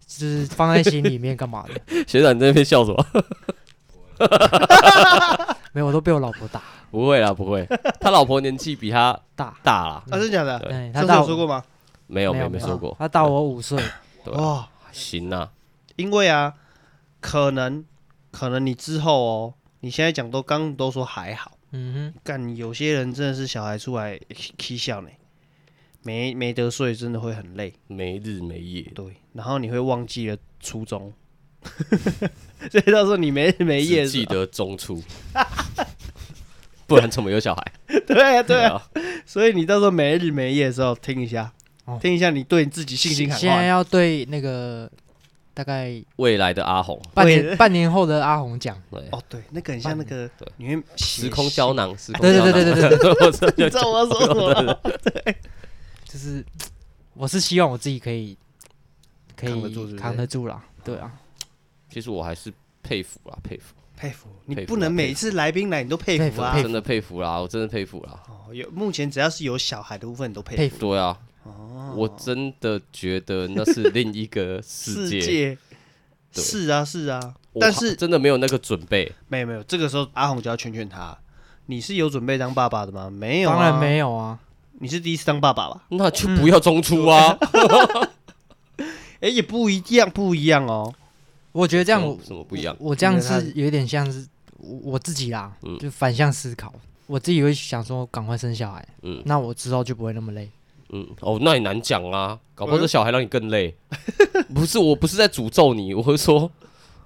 就是放在心里面干嘛的？
学长你在那边笑什么？
没有，我都被我老婆打
不会啦，不会，他老婆年纪比他
大，
大啦，
啊，真的假的？
嗯对
哎，他
上次
大
有
我
说过吗？
没有
没
没
有
没说 过，
他大我五岁，
对
哇、
啊行啦，
哦因为啊，可能可能你之后哦，你现在讲都刚都说还好，
嗯
干有些人真的是小孩出来踢笑呢，没没得睡真的会很累，
没日没夜，
对，然后你会忘记了初衷， 所以到时候你 没日没夜
只
是
记
吧，
得中出，不然怎么有小孩？
对啊对
对
啊，
啊，
所以你到时候没日没夜的时候听一下
哦，
听一下你对你自己
哼，
信心喊
现在
话，
要对那个大概
未来的阿红，
半
对
年半年后的阿红讲，
对，
哦对，那个很像那个
对
你会写
时空
信
胶，囊，时空
对
胶囊，
对对对对
对，啊 我真
你
的
知道我要说什么吗？
就是我是希望我自己可以可以
扛得住是不是
扛得住啦，对啊，
其实我还是佩服啦，佩服，
佩服你
佩服
不能
啊
每
佩
次来宾来你都佩服啊
佩服。
真的佩服啦，我真的佩服啦，
哦，有目前只要是有小孩的部分，你都佩服。
佩服
对啊，我真的觉得那是另一个 世
世
界，对
是啊，是啊，
我
但
怕
是
真的没有那个准备，
没有没有，这个时候阿红就要劝劝他，你是有准备当爸爸的吗？没有、啊，
当然。没有啊，
你是第一次当爸爸吧？
那就不要中出啊，
哎、也不一样，不一样哦。
我觉得这样
有
我
什么不一样？
我这样
觉得他
是有点像是我我自己啦，
嗯
就反向思考，我自己会想说赶快生小孩，
嗯
那我之后就不会那么累。
嗯，哦，那也难讲啊，搞不好
嗯
这小孩让你更累。 不是，我不是在诅咒你，我会说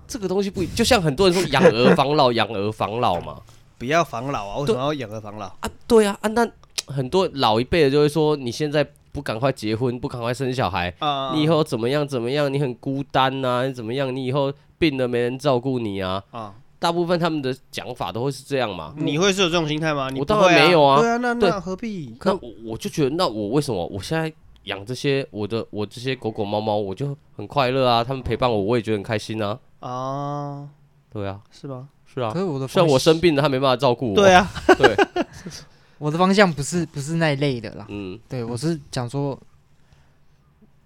这个东西不一，就像很多人说养儿防老，养儿防老嘛。
不要防老啊，为什么要养儿防老？
啊，对啊，啊，那很多老一辈的就会说，你现在不赶快结婚，不赶快生小孩，
啊、
你以后怎么样怎么样，你很孤单呐、你怎么样，你以后病了没人照顾你啊。
啊，
大部分他们的讲法都会是这样嘛。
你会是有这种心态吗？你
嗯我
不
当
会
然没有啊
对啊，那
对
那何必？
那我我就觉得，那我为什么我现在养这些我的我这些狗狗猫猫，我就很快乐啊，他们陪伴我，我也觉得很开心啊。
啊，
对啊，
是吧？
是啊
可，是我的
虽然
方
我生病了，他没办法照顾我。
对，啊，
对，
我的方向不是不是那一类的啦，
嗯
对我是讲说，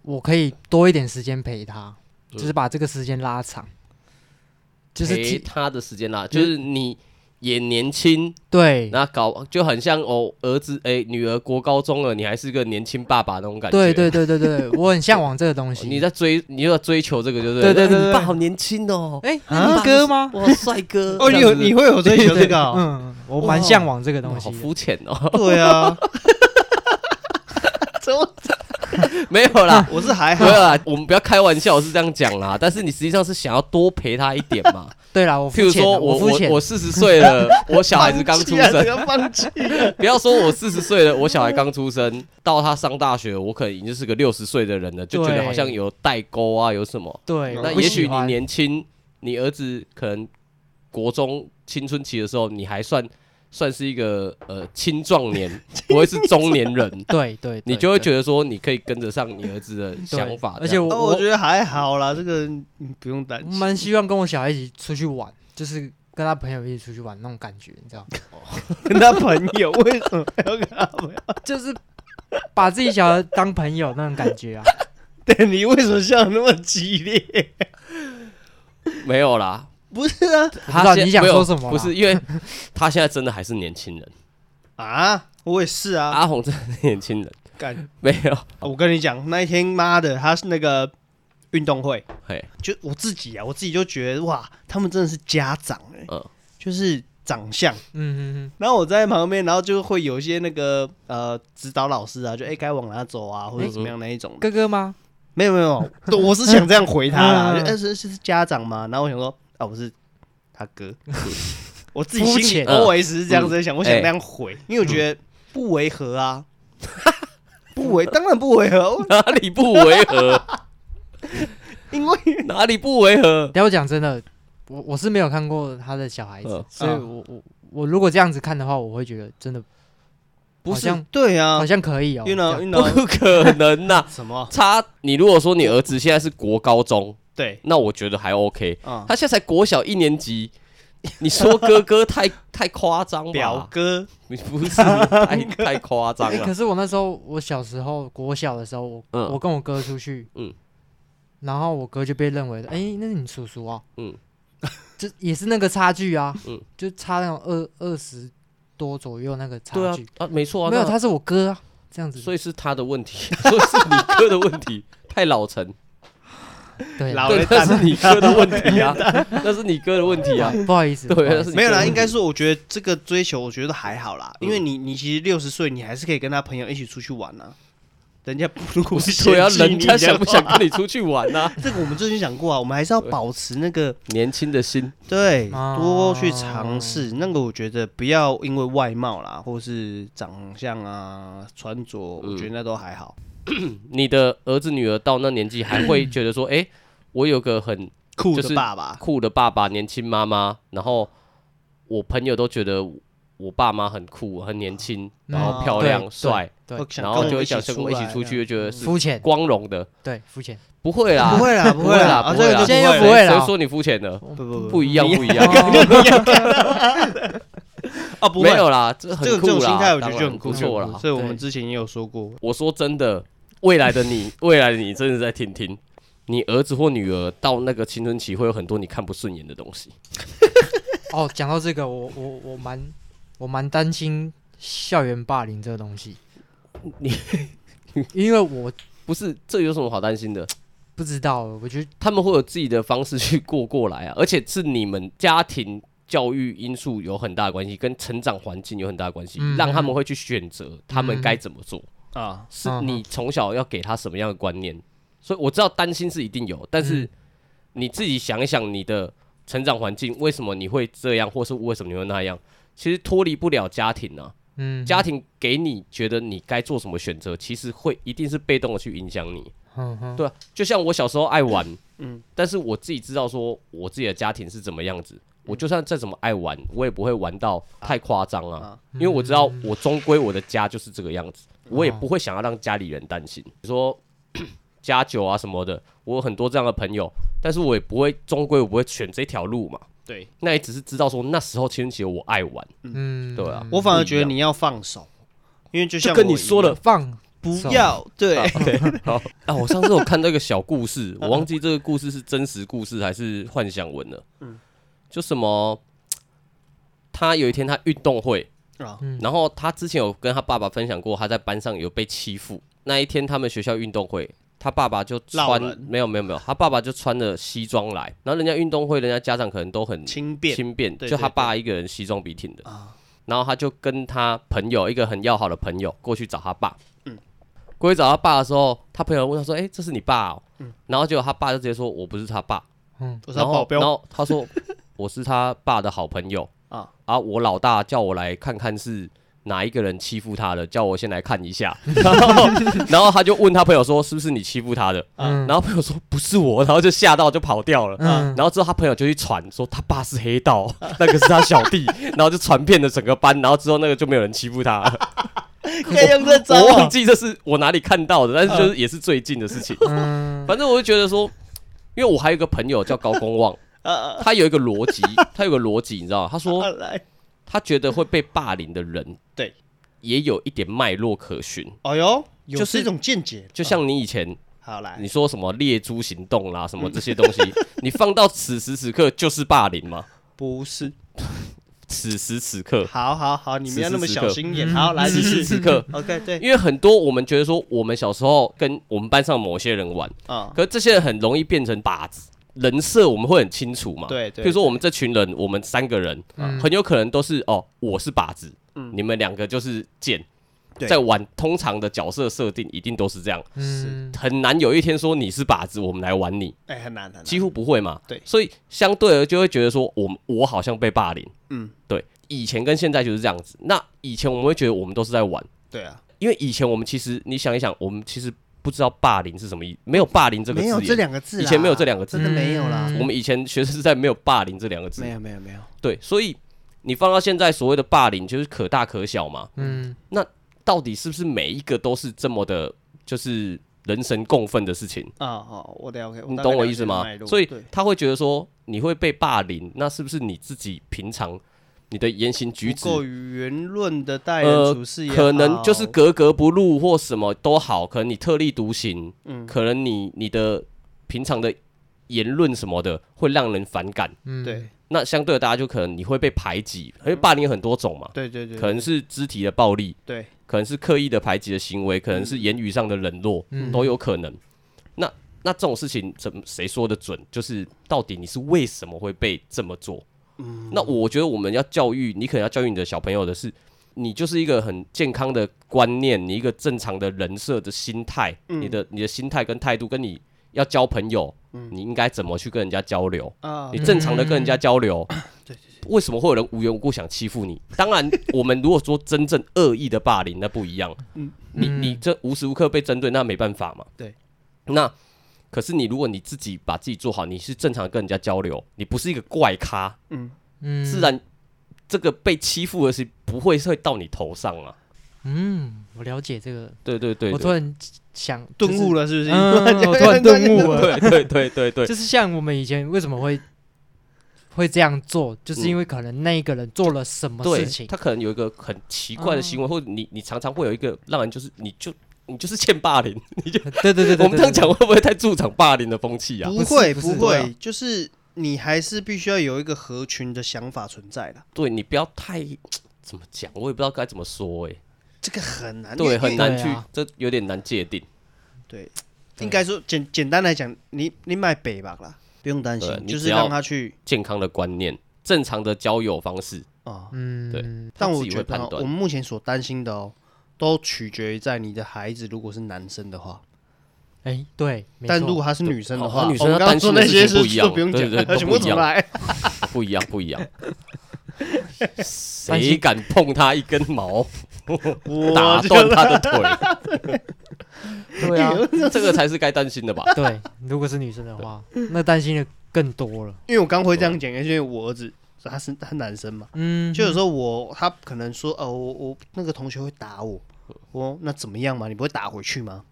我可以多一点时间陪他，就是把这个时间拉长，就
嗯
是嗯
陪
提
他的时间啦，就是你也年轻，
对
那搞就很像哦，儿子哎、女儿国高中了，你还是个年轻爸爸那种感觉。
对对对对对，我很向往这个东
哦。
西。
你在追，你又要追求这个，对不
对
对？
对对
哎
对
你爸好年轻哦，
哎，
啊
那你哥吗？
哇，帅 哥！
哦，你有你会有追求这个、 哦？
嗯，我蛮向往这个
这
东
样子
啊
哇
西
好
的。
肤浅哦，
对啊，怎么
没有啦，
我是还好
没有，啦，我们不要开玩笑，是这样讲啦。但是你实际上是想要多陪他一点嘛？
对啦， 我
譬
肤
如
浅
说
啊，
我
肤
我
浅，
我四十岁 了，我小孩子刚出
放弃啊
生
这，个放弃 了
不要说我四十岁了，我小孩刚出生，到他上大学，我可能已经是个六十岁的人了，就觉得
对
好像有代沟啊，有什么？
对，
嗯
我
那
不
也
喜
许你
欢
年轻，你儿子可能国中青春期的时候，你还算算是一个呃青壮 年，不会是中年人，
对对，
你就会觉
得
得说你可以跟得上你儿子的想法。
而
这
且
样
我
哦我觉得还好啦，这个你不用担
我
心。
蛮希望跟我小孩一起出去玩，就是跟他朋友一起出去玩那种感觉，你知道 吗？
跟他朋友为什么要跟他朋友？
就是把自己小孩当朋友那种感觉 啊。
对你为什么笑得那么激烈？
没有啦，
不是啊
知道
现
你想
没有
说什么啦
不是因为他现在真的还是年轻人，
啊，我也是啊，
阿红真的是年轻人，
干！
没有，
啊我跟你讲，那一天妈的，他是那个运动会，
嘿，
就我自己啊，我自己就觉得哇，他们真的是家长哎、
嗯
就是长相。
嗯嗯
然后我在旁边，然后就会有一些那个呃指导老师啊，就哎该、往哪走啊，或者怎么样那一种的。
嗯，哥哥吗？
没有没有，都我是想这样回他啦，
嗯
就哎、是是是家长吗？然后我想说啊，我是他 哥，我自己
肤
心里
浅嗯
always 是这样子想，我想
哎
那样回，因为我觉得不违和啊， 不违当然不违和，我
哪里不违和？
因为
哪里不违和？
等一下我讲真的，我我是没有看过他的小孩子
嗯，
所以我我我如果这样子看的话，我会觉得真的
不
好
是
像
对啊
好像可以哦。
，you
这
know
样
you know
不可能呐、
什么
差你如果说你儿子现在是国高中，
对
那我觉得还 OK。
嗯
啊、
他现在才国小一年级，你说哥哥太太夸张
表
吧？
哥
你不是 太太夸张
欸可
了。
是我那时候，我小时候国小的时候，我、
啊嗯
我跟我哥出去，
嗯
然后我哥就被认为，哎、那是你叔叔啊，
嗯，
就也是那个差距啊，
嗯
就差那种二二十多左右那个差
对啊
距，，
啊，没错啊，
没有，
那
他是我哥啊，这样子，
所以是他的问题， 所以是你哥的问题，太老成。
对
老
对
了，
那是你哥的问题 啊，那是你哥的问题啊。
不好意思，
对
不好意思
那是
没有啦，
你
应该说我觉得这个追求，我觉得还好啦，因为你你其实六十岁，你还是可以跟他朋友一起出去玩啊。人 家不如果是
对啊，
嫌弃
人
你
家
的
想不
话
想跟你出去玩呢、
这个我们之前讲过啊，我们还是要保持那个
年轻的心，
对，啊
哦
多去尝试。那个我觉得不要因为外貌啦，或是长相啊、穿着，我觉得那都还好。
你的儿子女儿到那年纪还会觉得说， 哎、我有个很
酷
就
的
是
爸爸，
酷的爸爸，年轻妈妈，然后我朋友都觉得我爸妈很酷，很年轻，然后漂亮、
对
帅，
对
会想
然后
跟
就
我
会
一起
想跟我一起
来嗯
出去，就觉得是
肤浅，
光荣的。
对肤浅，
不会啦，
不会啦，
不
会
会啦
啊
不
这
会
个
啦
就
现在又
不
不
会
会
了
啦
谁说你肤浅的？
不不
不一样，不一样。
哦
啊， 不
没
会
有啦，这很
这个这种
酷啦，
心态，我觉得
当然
就很酷
不错啦。
所以我们
对
之前也有说过，
我说真的，未来的 你，未来的你，真的在听听，你儿子或女儿到那个青春期，会有很多你看不顺眼的东西。
哦，讲到这个，我我我蛮我蛮担心校园霸凌这个东西，
你
因为我
不是，这有什么好担心的？
不知道，我觉得
他们会有自己的方式去过过来啊，而且是你们家庭教育因素有很大的关系，跟成长环境有很大的关系，
嗯
让他们会去选择他们该怎么做。
啊，
是
嗯
你从小要给他什么样的观念？所以我知道担心是一定有，但是
嗯
你自己想一想你的成长环境，为什么你会这样，或是为什么你会那样？其实脱离不了家庭啊，
嗯
家庭给你觉得你该做什么选择，其实会一定是被动的去影响你。
嗯哼，
对啊，就像我小时候爱玩，
嗯
但是我自己知道说我自己的家庭是怎么样
嗯
子，我就算再怎么爱玩，我也不会玩到太夸张啊，
啊
因为我知道
嗯
我终归我的家就是这个样子，我
哦
也不会想要让家里人担心，你说家酒啊什么的，我有很多这样的朋友，但是我也不会终归我不会选这条路嘛，
对
那也只是知道说那时候青春期的我爱玩，
嗯，
对啊
我反而觉得
不一
你要放手，因为就
就
像
跟你
我一
说
样
了。
放
不
手
要对，
好啊，我上次有看到一个小故事， 我忘记这个故事是真实故事还是幻想文了。嗯，就什么，他有一天他运动会，
啊，
嗯
然后他之前有跟他爸爸分享过，他在班上有被欺负。那一天他们学校运动会，他爸爸就
闹
穿
人
没有没有没有，他爸爸就穿了西装来，然后人家运动会，人家家长可能都很
轻便
轻便，
对
就他
对
爸一个人西装笔挺的
啊。
然后他就跟他朋友一个很要好的朋友过去找他爸，嗯，过去找他爸的时候，他朋友问他说：“哎、这是你爸、哦？”
嗯
然后结果他爸就直接说：“我不是他爸。”
嗯，
我是他
然后
保
然
镖
后他说我是他爸的好朋友
啊
啊，我老大叫我来看看是哪一个人欺负他的，叫我先来看一下。 然后然后他就问他朋友说是不是你欺负他的？
嗯
然后朋友说不是我， 然后就吓到就跑掉了。
嗯，
然后之后他朋友就去传说他爸是黑道， 那个是他小弟， 然后就传遍了整个班，然后之后那个就没有人欺负他 了。
可以用这招
我忘
哦。
记这是我哪里看到的，但是就是也是最近的事情。
嗯，
反正我就觉得说，因为我还有一个朋友叫高 公望，
呃呃
他有一个逻辑， 他有个逻辑，你知道吗？他说
呃，来，
他觉得会被霸凌的人，
对，
也有一点脉络可循。
哎呦，有
就是
这种见解，
就
啊哎
像你以前
好来
你，说什么猎猪行动啦，
嗯
什么这些东 西，你放到此时此刻就是霸凌吗？
不是，
此时此刻，
好好好，你们要那么
此时此
小
刻
心眼，
嗯
好来，继
此时
续
此刻，
OK，对，
因为很多我们觉得说，我们小时候跟我们班上某些人玩，
啊，
可是这些人很容易变成靶子。人设我们会很清楚嘛？
对对
比如说我们这群人，我们三个人，
嗯
很有可能都是哦，我是靶子，
嗯
你们两个就是箭，
对
在玩通常的角色设定一定都是这样，
嗯，
很难有一天说你是靶子，我们来玩你，
哎，很难很难，
几乎不会嘛。
对
所以相对而就会觉得说我们我好像被霸凌，
嗯，
对，以前跟现在就是这样子。那以前我们会觉得我们都是在玩，
对啊，
因为以前我们其实你想一想，我们其实不知道霸凌是什么意，没有霸凌这个
没有
字
这
眼，
两个字啦，啊
以前没有这两个字
真的没有啦，
嗯
我们以前学生时代没有霸凌这两个字
没，有没有没有，
对，所以你放到现在所谓的霸凌就是可大可小嘛，
嗯，
到底是不是每一个都是这么的，就是人神共愤的事情？
啊，好，我了解，
你
大概
懂我
了
意思
解
吗
脉？络
所以
对
他会觉得说你会被霸凌，那是不是你自己平常你的言行举
不
止，
够圆润的待人
呃
处事也
可能就是
好
格格不入或什么都好，可能你特立独行，
嗯
可能你你的平常的言论什么的会让人反感，
嗯，
对
那相对的大家就可能你会被排挤，因为霸凌有很多种嘛，
对对对，
可能是肢体的暴力，
对
可能是刻意的排挤的行为，可能是言语上的冷落，
嗯
都有可能。那那这种事情怎么谁说的准？就是到底你是为什么会被这么做？那我觉得我们要教育你，可能要教育你的小朋友的是，你就是一个很健康的观念，你一个正常的人设的心态，你的你的心态跟态度，跟你要交朋友，你应该怎么去跟人家交流？
啊
你正常的跟人家
嗯
交流，为什么会有人无缘无故想欺负你？当 然，我们如果说真正恶意的霸凌，那不一样。
嗯
你
嗯
你这无时无刻被针对，那没办法嘛。
对，
那可是你如果你自己把自己做好，你是正常地跟人家交流，你不是一个怪咖，
嗯
嗯，
自然这个被欺负的是不会会到你头上啊。
嗯，我了解这个，
对对对
我突
对，
然想
顿 悟
了，
了是不是？
嗯，我突然顿悟 了，
对对对对 对，
就是像我们以前为什么会会这样做，就是因为可能那一个人做了什么
嗯对
事情， 嗯
他可能有一个很奇怪的行为，或者你你常常会有一个让人就是你就你就是欠霸凌。
对对对对对，
我们这样讲
对，
会不会太助长霸凌的风气啊？
不会
不
不
是
会，就是你还是必须要有一个合群的想法存在的，
对你不要太怎么讲，我也不知道该怎么说哎、
这个很难，因
对，
为
很难
对
去
啊，
这有点难啊界定。
对，应该说简简单来讲，你你买北吧啦，不用担
对
心，
你
就是
只要
让他去
健康的观念，正常的交友方式，
啊。
嗯，
对
但
他
我
自己
觉
会
得
判
哦我
断
们目前所担心的哦，都取决于在你的孩子如果是男生的话，
哎，对，没
但
错
如果他是女生的话，
哦女生
我们
要
刚刚
担
说
心
那
的
些
事情
是
不一样
都不用
对
讲，
对对
全部
都不
重
一样
来。
啊不一样，不一样。
担
谁
心
敢碰他一根毛，
我
打
就
断他的腿，
对啊，
这个才是该担心的吧？
对，如果是女生的话，那担心的更多了，
因为我刚会这样讲，因为我儿子他是 他男生嘛，
嗯，
就有时候我他可能说哦，我我那个同学会打我，我那怎么样嘛？你不会打回去吗？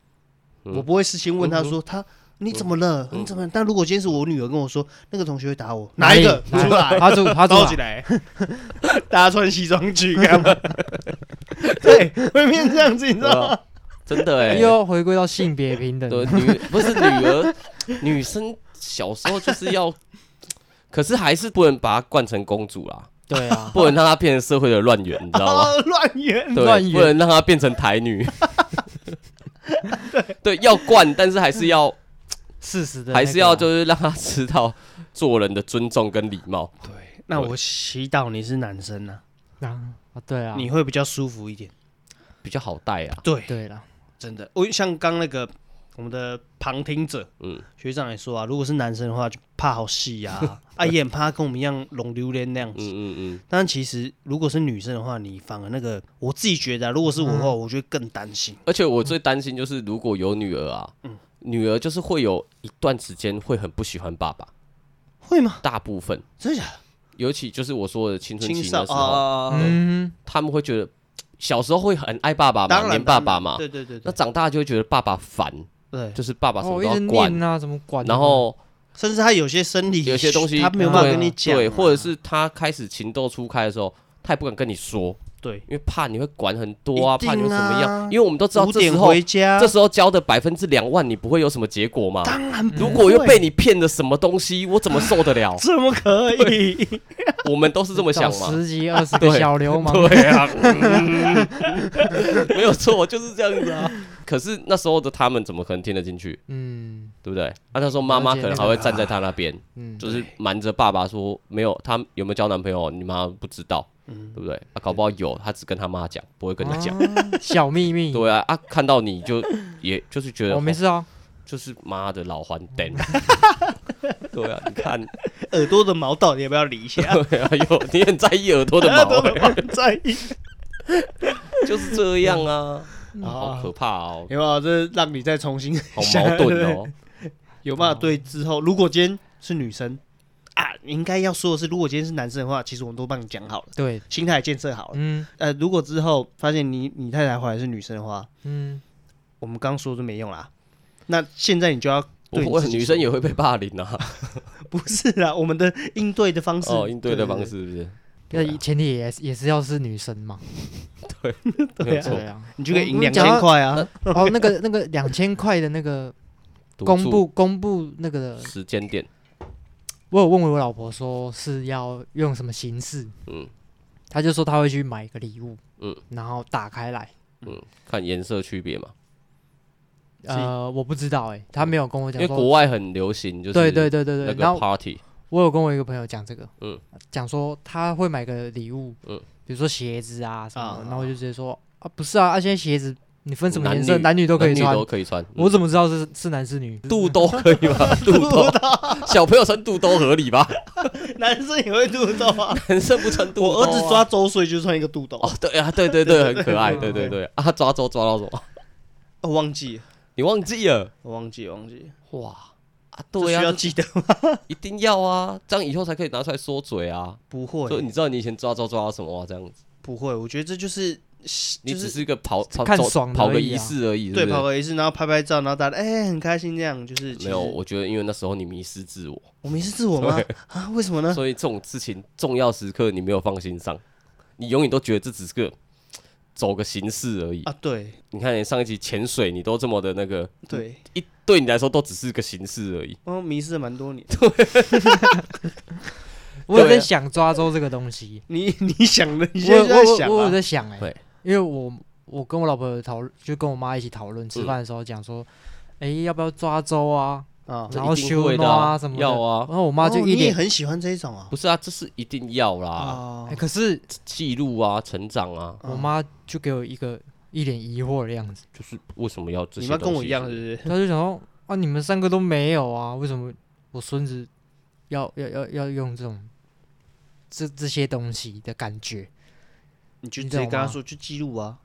嗯
我不会事先问他说他你怎么了？你怎么了？但如果今天是我女儿跟我说那个同学会打我，哪一个出
哪里
来？
他住他住
包
啊
起来， 大家穿西装去干 嘛？对，会变这样子，你知
对
道吗？
啊真的哎、
又要回归到性别平等，
对，女不是女儿，女生小时候就是要，可是还是不能把她惯成公主啦，
对啊，
不能让她变成社会的乱源，你知道吗？
哦，乱源，
乱
对，
源
不能让她变成台 女。对，要惯，但是还是要，
事实的
还
那
是
个
要，
啊
就是让她知道做人的尊重跟礼貌。
对，那我祈祷你是男生呢，
啊，啊对啊，
你会比较舒服一点。
比较好带啊。
对，
对了，
真的，我像刚那个我们的旁听者
嗯，
学长也说啊，如果是男生的话，就怕好细呀、 啊，啊也很怕跟我们一样拢榴莲那样
嗯
子。
嗯嗯，
但其实如果是女生的话，你反而那个，我自己觉得啊、如果是我的话，我就会更担心。
而且我最担心就是如果有女儿啊，
嗯
女儿就是会有一段时间会很不喜欢爸爸，
会吗？
大部分，
真的假的？
尤其就是我说的青春
青
期
少
的时候，
啊，
嗯，
他们会觉得小时候会很爱爸爸
当
嘛，
然
黏爸爸嘛，
对对对
那
对
长大就会觉得爸爸烦，
对，
就是爸爸什么都
哦，一直
要管，
念啊，怎么管？
然后
甚至他有些生理
有些东西
他没有办法
对
跟你讲啊，
对，或者是他开始情窦初开的时候，他也不敢跟你说，
对，
因为怕你会管很多啊，
一定啊
怕你会怎么样，因为我们都知道
五
这时
点
候
回家
这，时候交的百分之两万，你不会有什么结果嘛？
当然不
如果又
会？
被你骗了什么东西，我怎么受得了
怎么可以？
我们都是这么想 嘛。
十几二十
对
个小流氓，
对啊，没有错，就是这样子啊。可是那时候的他们怎么可能听得进去，
嗯
对不对？啊那那时候妈妈可能还会站在他那边，
嗯，
就是瞒着爸爸说没有，他有没有交男朋友，你妈不知道，对不对？啊，搞不好有，他只跟他妈讲，不会 跟你讲。
嗯啊小 秘密，
对啊，啊，看到你 就也就是觉得哦
我没事啊，
就是妈的老还灯。 对啊，你看，
耳朵的毛到底要不要理一下？
对啊，有你很在意耳朵的毛、
都
欸，
毛在意。
就是这样啊，
嗯
啊好
啊
可怕 哦，
有没有？这让你再重 新
好矛盾哦。
有办法对之后，如果今天是女生啊，你应该要说的是，如果今天是男生的话，其实我们都帮你讲好了，
对，
心态建设好了。
嗯
呃，如果之后发现你你太太怀的是女生的话，
嗯，
我们刚说就没用啦。那现在你就要
我
对你
我
自己
女
说
生也会被霸凌啊，
不是啦，我们的应对的方式
哦，应对的方，
对
式是不是？
那
对啊
前提也是也是要是女生嘛，
对
没有
啊
错呃
对，啊。
你就可以赢
我
两
们讲
千
到
块啊。
哦，那个那个两千块的那个
赌
公
注
布公布那个的，
时间点，
我有问我老婆说是要用什么形式，
嗯
她就说她会去买一个礼物，
嗯
然后打开来，
嗯，看颜色区别嘛，
呃，我不知道哎、她没有跟我
因
讲
为
说，
国外很流行，就是
对对对对
那
对，然
个
后
party，
我有跟我一个朋友讲这个，
嗯
讲说他会买个礼物，
嗯
比如说鞋子啊什么的，
啊
然后我就直接说啊，不是啊，啊现在鞋子你分什么
男
颜色，
女
男女都可以
男女
穿
都，可以穿，嗯
我怎么知道是是男是女？
肚兜可以吗？ 肚兜，小朋友穿肚兜合理吧？
男生也会肚兜啊，
男生不 穿肚兜
我
啊，
儿子抓周岁就穿一个肚兜，
哦，对啊，对对对，很可爱，对
对对
对对啊，他抓周抓到什么？
哦忘记了，
你忘记了？
我忘记了，忘记了，
哇啊，
这
对
需
啊
要，记得吗？
一定要啊，这样以后才可以拿出来说嘴啊。
不
所以
会，
你知道你以前抓抓抓到什么啊？这样子，
不会，我觉得这就是
你
就
只
是
是一个跑跑
看
走
爽的
跑个
而已
仪
啊
式而已，
对
是不
跑
是？
个仪式，然后拍拍照，然后大家哎很开心这样，就是
没有，我觉得因为那时候你迷失自我，
我们是自我吗？啊，为什么呢？
所以这种事情重要时刻你没有放心上，你永远都觉得这只是个走个形式而已。
啊，对
你看你上一集潜水，你都这么的那个，
对，
一对你来说都只是个形式而已。
我迷失了蛮多年。
我有
对
在
啊
想抓周这个东西，
你 你想的，你
我
现在就在
我
想
我我有
啊，
在想哎、
对
因为我我跟我老婆有讨论，就跟我妈一起讨论吃饭的时候讲说，哎、要不要抓周啊？
啊，
这
然后
一定
修
会的
诺啊什么的
要啊
然，后我妈
哦
就
你
一
也
脸，
很喜欢这一种啊
不是啊，这是一定要啦，
啊
哎，可是
记录啊，成长啊，
我妈就给我一个一脸疑惑的样子。
就是为什么要这
你
些？
妈跟我一样，是不，是？
他就想说啊，你们三个都没有啊，为什么我孙子要要要要用这种这这些东西的感觉？
你就
你
直
知
接
道
跟她
吗
说去记录啊。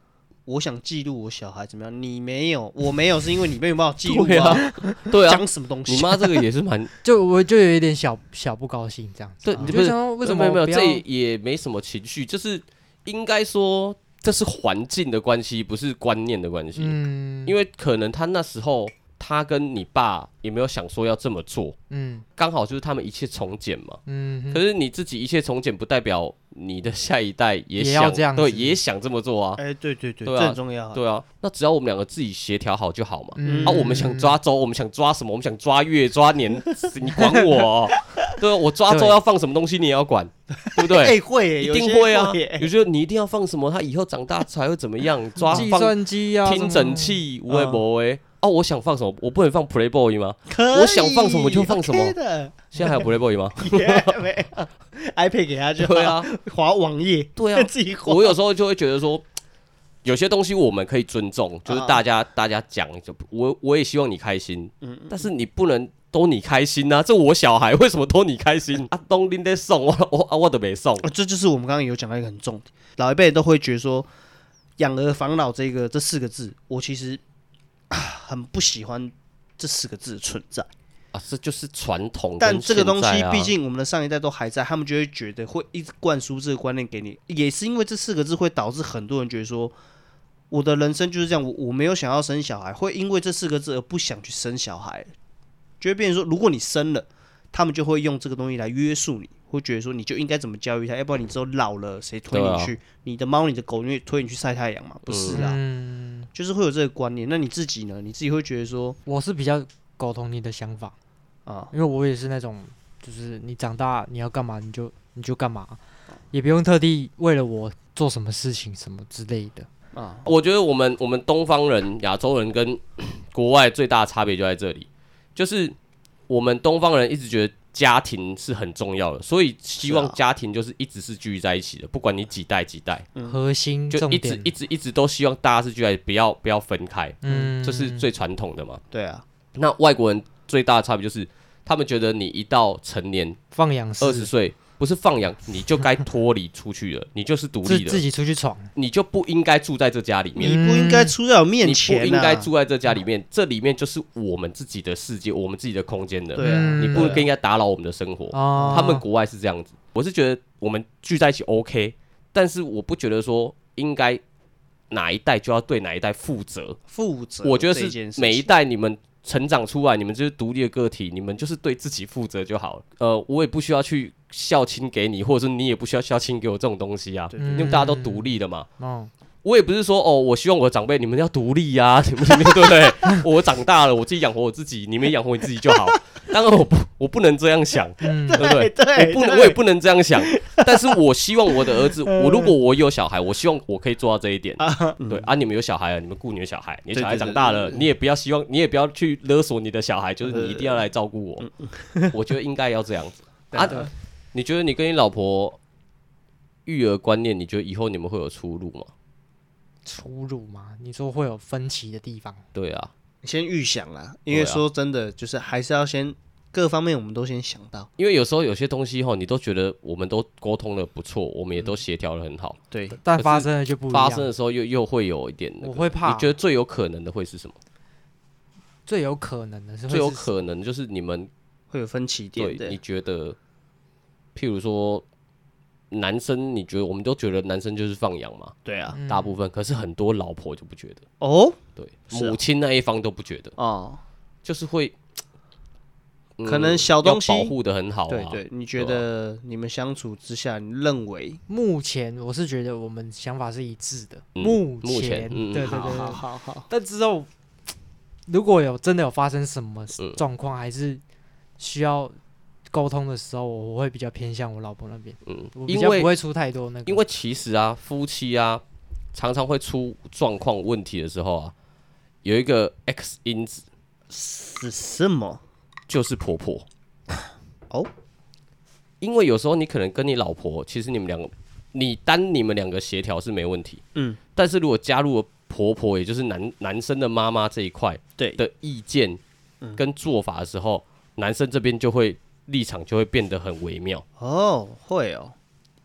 我想记录我小孩怎么样，你没有，我没有，是因为你没有办法记录
对 啊，对啊，
讲什么东西？
你妈这个也是蛮
就我就有一点小小不高兴这样子，
对，
啊
你
我
不
就是想说为什么
没有没有，
不要
这也没什么情绪，就是应该说这是环境的关系，不是观念的关系。
嗯，
因为可能他那时候他跟你爸也没有想说要这么做，
嗯
刚好就是他们一切从简嘛。
嗯哼
可是你自己一切从简，不代表你的下一代也
也
想
要这样子
对，也想这么做啊。
哎，对对对，
对啊
这很重要啊。
对啊，那只要我们两个自己协调好就好嘛。
嗯
啊，我们想抓周，我们想抓什么？我们想抓月、抓年，你管我、哦？ 对啊，我抓周
对
要放什么东西，你也要管，对不对？
哎，会 耶，
一
有
定
些
会啊
耶。
有时候你一定要放什么，他以后长大才会怎么样？抓
计
放
算机啊，
听诊，器，无为
嗯
不为。哦，我想放什么，我不能放 Playboy 吗？
可
我想放什么就放什么
OK 的
现在还有 Playboy 吗？
Yeah，没有 iPad 给他就
对
好，
啊，
滑网页，
对 啊。
自己滑。
我有时候就会觉得说，有些东西我们可以尊重，就是
啊
大家、大家讲，就我我也希望你开心，
嗯
但是你不能都你开心呐、啊，这我小孩为 什么都你开心？啊，东林得送我我啊我都没送，
哦，这就是我们刚刚有讲到一个很重点，老一辈都会觉得说“养儿防老”这个这四个字，我其实 啊很不喜欢这四个字的存在。
啊，这就是传统、
但这个东
啊
西，毕，竟我们的上一代都还在，他们就会觉得会一直灌输这个观念给你，也是因为这四个字会导致很多人觉得说，我的人生就是这样，我我没有想要生小孩，会因为这四个字而不想去生小孩，就会变成说，如果你生了，他们就会用这个东西来约束你，会觉得说你就应该怎么教育他，要不然你之后老了谁推
对啊
你去？你的猫、你的狗，因为推你去晒太阳嘛，不是啊，
嗯，
就是会有这个观念。那你自己呢？你自己会觉得说
我是比较苟同你的想法，
啊，
因为我也是那种，就是你长大你要干嘛你就你就干嘛，也不用特地为了我做什么事情什么之类的。
我觉得我们我们东方人、亚洲人跟 国外最大的差别就在这里，就是我们东方人一直觉得家庭是很重要的，所以希
是
望
啊
家庭就是一直是聚在一起的，不管你几代几代，
嗯
核心
就
重
一直
点
一，直一直都希望大家是聚在一起，不要不要分开，
嗯，
这是最传统的嘛。
对啊，
那外国人最大的差别就是，他们觉得你一到成年
放养式
二十岁，不是放养，你就该脱离出去了，你就是独
自
立
自
的，
己出去闯，
你就不应该住在这家里面。
你不应该出在我面
你不
前、啊，
应该住在这家
嗯
里面，这里面就是我们自己的世界，我们自己的空间的。
对啊，
嗯
你不
对啊
应该打扰我们的生活。
哦，
他们国外是这样子，我是觉得我们聚在一起 OK，但是我不觉得说应该哪一代就要对哪一代负责。
负责，
我觉得是每一代你们成长出来，你们就是独立的个体，你们就是对自己负责就好了。呃，我也不需要去孝亲给你，或者是你也不需要孝亲给我这种东西啊，
对
因
嗯
为大家都独立的嘛。
哦，
我也不是说哦，我希望我的长辈你们要独立呀、啊，你们你们对 不对？我长大了，我自己养活我自己，你们养活你自己就好。当然我不我不能这样想，
嗯
对不 对？
对
我不能
对
我也不能这样想，但是我希望我的儿子，我如果我有小孩，我希望我可以做到这一点。
嗯
对啊，你们有小孩了，你们顾你的小孩，你的小孩
对对对
长大了，
对对
你也不要希望，你也不要去勒索你的小孩，就是你一定要来照顾我。
嗯
我觉得应该要这样子啊。你觉得你跟你老婆育儿观念，你觉得以后你们会有出入吗？
出入嘛，你说会有分歧的地方，
对啊，
先预想啦，因为
对啊
说真的，就是还是要先各方面我们都先想到，
因为有时候有些东西哈，你都觉得我们都沟通的不错，我们也都协调的很好，
对，
但
哎可是
发生了就嗯不一
发
样。
生的时候又又会有一点、那个
我会怕
你觉得最有可能的会是什么？
最有可能的是会
最有
是
可能就是你们
会有分歧
对
点的
你，觉得，譬如说男生，你觉得我们都觉得男生就是放养嘛，
对啊，
嗯
大部分，可是很多老婆就不觉得，
哦
对，
是啊
母亲那一方都不觉得，
哦，
就是会。嗯
可能小东西
要保护的很好、啊，啊
对对，你觉得你们相处之下，你认为
目前我是觉得我们想法是一致的，
嗯目前
前
嗯
对对对
好好
对，
好好，
但之后如果有真的有发生什么
嗯
状况，还是需要沟通的时候，我我会比较偏向我老婆那边，
嗯
我，比
因
较
为
不会出太多那个，
因为其实啊，夫妻啊，常常会出状况问题的时候啊，有一个 X 因子
是什么？
就是婆婆。
哦，
因为有时候你可能跟你老婆，其实你们两个，你单你们两个协调是没问题，
嗯，
但是如果加入了婆婆，也就是男男生的妈妈这一块
对，
的意见
嗯
跟做法的时候，男生这边就会立场就会变得很微妙。
哦，会哦，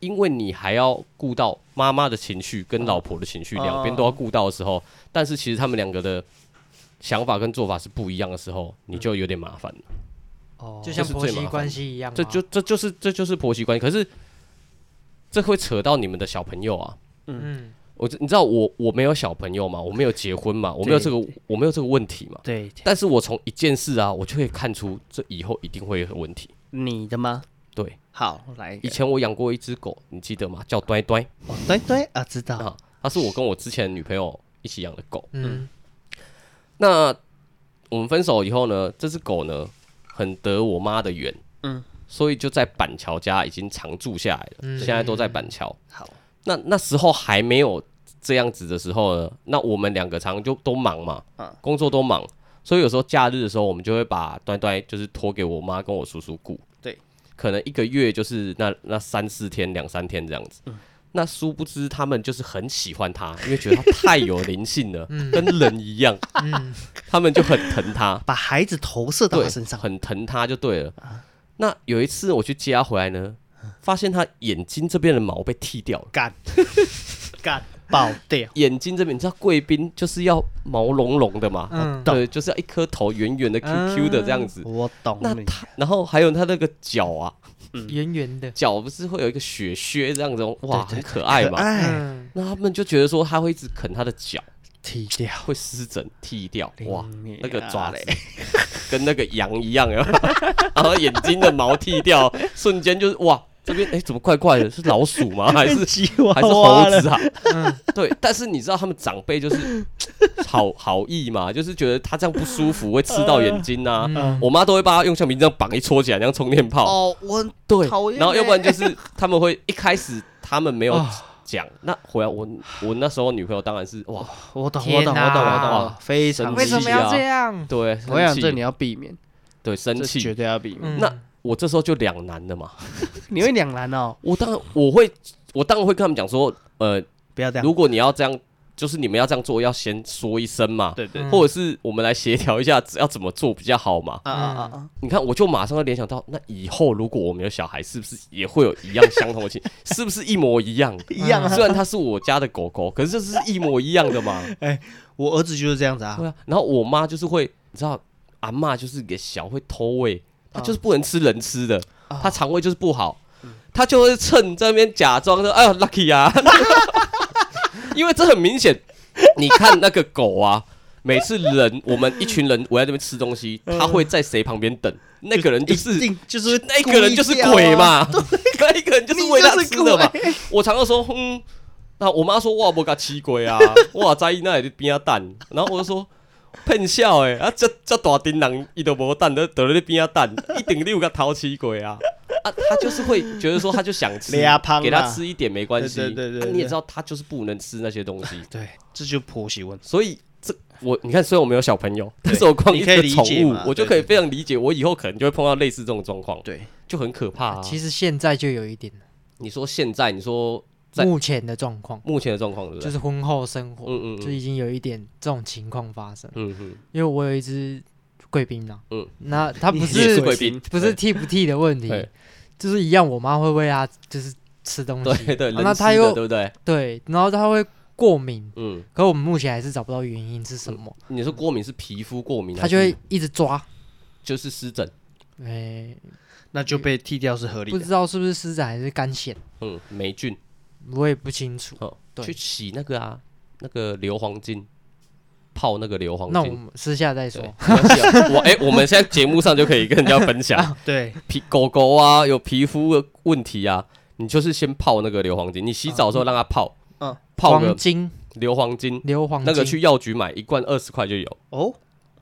因为你还要顾到妈妈的情绪跟老婆的情绪，
哦
两边都要顾到的时候，但是其实他们两个的想法跟做法是不一样的时候，你就有点麻烦了。
哦，
就像
这是
婆
最麻
媳
烦
关
的
系一样嘛，
这就这就是这就是婆媳关系，可是这会扯到你们的小朋友啊。
嗯
我知你知道我我没有小朋友嘛，我没有结婚嘛，我没有这个我没有这个问题嘛。
对，
但是我从一件事啊，我就可以看出这以后一定会有问题。
你的吗？
对，
好，来一
以
个，
前我养过一只狗，你记得吗？叫呆呆
哦对对啊，知道，
啊，它是我跟我之前女朋友一起养的狗。
嗯
那我们分手以后呢，这只狗呢很得我妈的缘，
嗯，
所以就在板桥家已经常住下来了，
嗯
现在都在板桥。
好，
那那时候还没有这样子的时候呢，那我们两个常常就都忙嘛，
嗯
工作都忙，所以有时候假日的时候，我们就会把端端就是托给我妈跟我叔叔顾，
对，嗯
可能一个月就是那那三四天、两三天这样子。那殊不知他们就是很喜欢他，因为觉得他太有灵 性了，
嗯
跟人一样，
嗯，
他们就很疼他，
把孩子投射到
对
他身上，啊
很疼他就对了。那有一次我去接他回来呢，发现他眼睛这边的毛被剃掉了，
干 干爆掉，
眼睛这边你知道贵宾就是要毛茸茸的嘛，啊
嗯
对，就是要一颗头圆圆的、Q Q 的这样子。
我懂
那
你。
他，然后还有他那个脚啊，
圆圆的，
脚不是会有一个雪靴这样子，哇，
对对
很可爱嘛。
哎，
嗯，
那他们就觉得说他会一直啃他的脚，
剃掉
会湿疹剃掉，
哎
哇，
你
那个
啊
爪子
嘞
跟那个羊一样，有没有 然后眼睛的毛剃掉，瞬间就是哇，这边哎、怎么怪怪的？是老鼠吗？还是
吉 娃
还是
娃
猴
了
子啊？
嗯
对，但是你知道他们长辈就是好 好意嘛，就是觉得他这样不舒服，会刺到眼睛啊。
嗯
我妈都会把他用橡皮筋这样绑一撮起来，这样充电炮。
哦，我很
对
讨厌
然后要不然
欸
就是他们会一开始他们没有
啊
讲，那回来我我那时候女朋友当然是哇，
我懂，我
天
懂，我懂，
哪
我懂我
哇
懂，非常
生
为
气
什么要这样？
对，
啊我想
生气
这你要避免，
对生
这绝
气，
对要避免。
嗯
那我这时候就两难了嘛。
你会两难哦，
我当然我会我当然会跟他们讲说，呃，
不要这样。
如果你要这样，就是你们要这样做，要先说一声嘛。
对对
嗯
或者是我们来协调一下，要怎么做比较好嘛？
啊啊啊啊！
你看，我就马上会联想到，那以后如果我们有小孩，是不是也会有一样相同的情？是不是一模一样？
一样啊
虽，然它是我家的狗狗，可是这是一模一样的嘛。
我儿子就是这样子啊
对。啊，然后我妈就是会，你知道，阿嬷就是给小会偷喂，
啊
她就是不能吃人吃的，她肠胃就是不好，
嗯
她就会趁在那边假装说：“哎呦，lucky 啊！” 因为这很明显，你看那个狗啊，每次人我们一群人围在那边吃东西，它会在谁旁边等？那个人就是
一定嗯就是
那个人就是
啊
鬼嘛，那一个人就是喂他吃的嘛
你。
我常常说，嗯，那我妈说哇，我给吃鬼 啊，哇，在那里边啊蛋，然后我就说。骗笑诶，啊，这这大丁人伊都无蛋，都倒咧边啊蛋，一定你有个淘气鬼啊！啊，他就是会觉得说，他就想 吃
抓胖，啊
给他吃一点没关系。
对对对对
啊
对
你也知道，他就是不能吃那些东西，
对，这就婆媳问题。
所以这我你看，虽然我没有小朋友，但是我光一
你可以
个
理
宠
解
物
嘛，
我就
对
可以
对
非常理解，我以后可能就会碰到类似这种状况，
对，
就很可怕啊。
其实现在就有一点了，
你说现在，你说在
目前的状况
目前的状况对不
就
对？
是婚后生活
嗯嗯
就
嗯
已经有一点这种情况发生，
嗯嗯，
因为我有一只贵宾啊，
嗯，
那它不
也
是
是贵宾
不是剃不剃的问题
对，
就是一样，我妈会喂它就是吃东西，
对对，
啊
人
那
吃
他
的
又
对不对？
对，然后它会过敏，
嗯，
可我们目前还是找不到原因是什么，
你说过敏是皮肤过敏还是，
它就会一直抓，
就是湿疹，
哎，
那就被剃掉是合理
不
的。
知道是不是湿疹还是肝癣，
嗯，霉菌，
我也不清楚。
哦，
对
去洗那个啊，那个硫磺精，泡那个硫磺
那我
精。
们私下再
对，
说
没。关系啊 我哎、我们现在节目上就可以跟人家分 享
对，
皮狗狗啊，有皮肤的问题啊，你就是先泡那个硫磺精，你洗澡的时候让它泡，
嗯
泡
黄
个
金、
硫磺精，
硫磺金，
那个去药局买一罐二十块就有，
哦，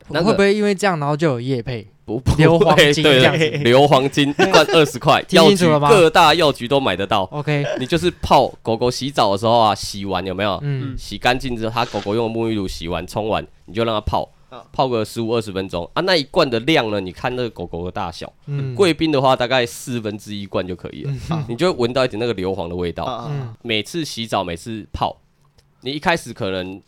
那个
会不会因为这样，然后就有叶配？
不不
硫磺
会
精
对
这
对
样子
硫磺金一罐二十块，
听
药
清
局
楚了吗
各大药局都买得到。
OK，
你就是泡狗狗洗澡的时候啊，洗完有没有？
嗯，
洗干净之后，它狗狗用沐浴乳洗完、冲完，你就让它泡
好，
泡个十五二十分钟啊。那一罐的量呢？你看那个狗狗的大小，
嗯，
贵宾的话大概四分之一罐就可以了，
啊
你就会闻到一点那个硫磺的味
啊
道。
啊啊
嗯
每次洗澡，每次泡，你一开始可能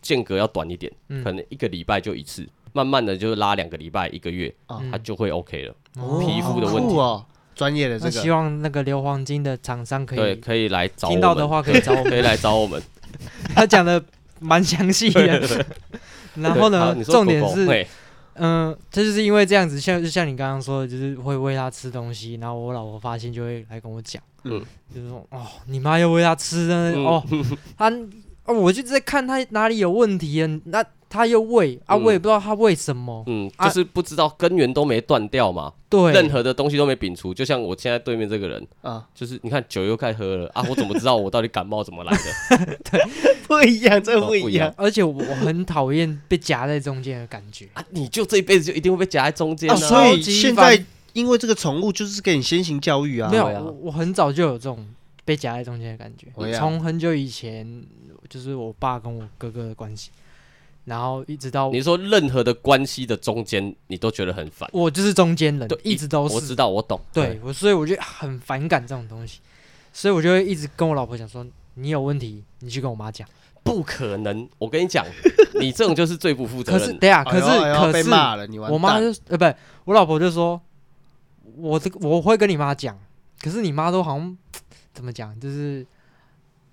间隔要短一点，
嗯
可能一个礼拜就一次，慢慢的就拉两个礼拜、一个月，
啊
它就会 OK 了。
嗯
嗯哦
皮肤的问题
好酷哦，专业的这
那希
个
望那个硫磺金的厂商可
对，
以
可以来找我们
听到的话可以找 我
可以
们。
来找我们。
他讲的蛮详细的。 然后
对好
呢，
你说
重点
狗狗
是，
嘿
嗯，这就是因为这样子，像就像你刚刚说的，就是会喂它吃东西，然后我老婆发现就会来跟我讲，
嗯
就是说哦，你妈又喂它吃呢，
嗯
哦，它哦，我就在看它哪里有问题啊，那它又喂啊，
嗯
我也不知道它喂什么，
嗯，
啊
就是不知道根源都没断掉嘛，
对，
任何的东西都没摒除。就像我现在对面这个人，
啊，
就是你看酒又开始喝了啊，我怎么知道我到底感冒怎么来 的？
不一样，这不
哦不
一
一样
样。
而且我我很讨厌被夹在中间的感觉。
啊，你就这一辈子就一定会被夹在中间
啊，
啊。
所以
超级
现
烦
在因为这个宠物就是给你先行教育啊
没，有，
对啊
我我很早就有这种被夹在中间的感觉
我也，啊
从很久以前就是我爸跟我哥哥的关系，然后一直到
你说任何的关系的中间，你都觉得很烦。
我就是中间人
对，
一直都
我
是
知道，我懂。
对，我，所以我就很反感这种东西。所以我就会一直跟我老婆讲说，你有问题你去跟我妈讲。
不可能！我跟你 讲，你这种就是最不负责
可是
任的。
等一下，
哎
可
呦
是
哎呦
可
被
是
骂了，你完
我妈
蛋
就呃不，我老婆就说，我这个我会跟你妈讲，可是你妈都好像怎么讲，就是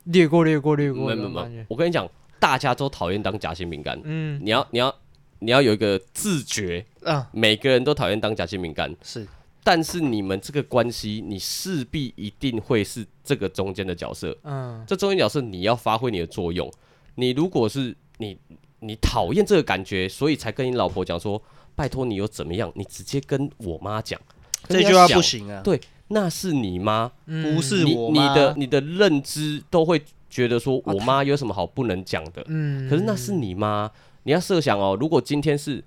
略过略过略过
没
那
没
种感
没
觉，。
我跟你讲，大家都讨厌当夹心饼干。
嗯，
你要你要你要有一个自觉，
啊，
每个人都讨厌当夹心饼干，
是
但是你们这个关系，你势必一定会是这个中间的角色。
嗯，
这中间角色你要发挥你的作用。你如果是你你讨厌这个感觉，所以才跟你老婆讲说，拜托你有怎么样，你直接跟我妈讲。可
这
是
句
你要
话
想
不，行啊
对，那是你妈，
嗯
不是
你
我
你
妈啊
的你的认知都会觉得说我妈有什么好不能讲的。
嗯，
可是那是你妈，你要设想哦，如果今天是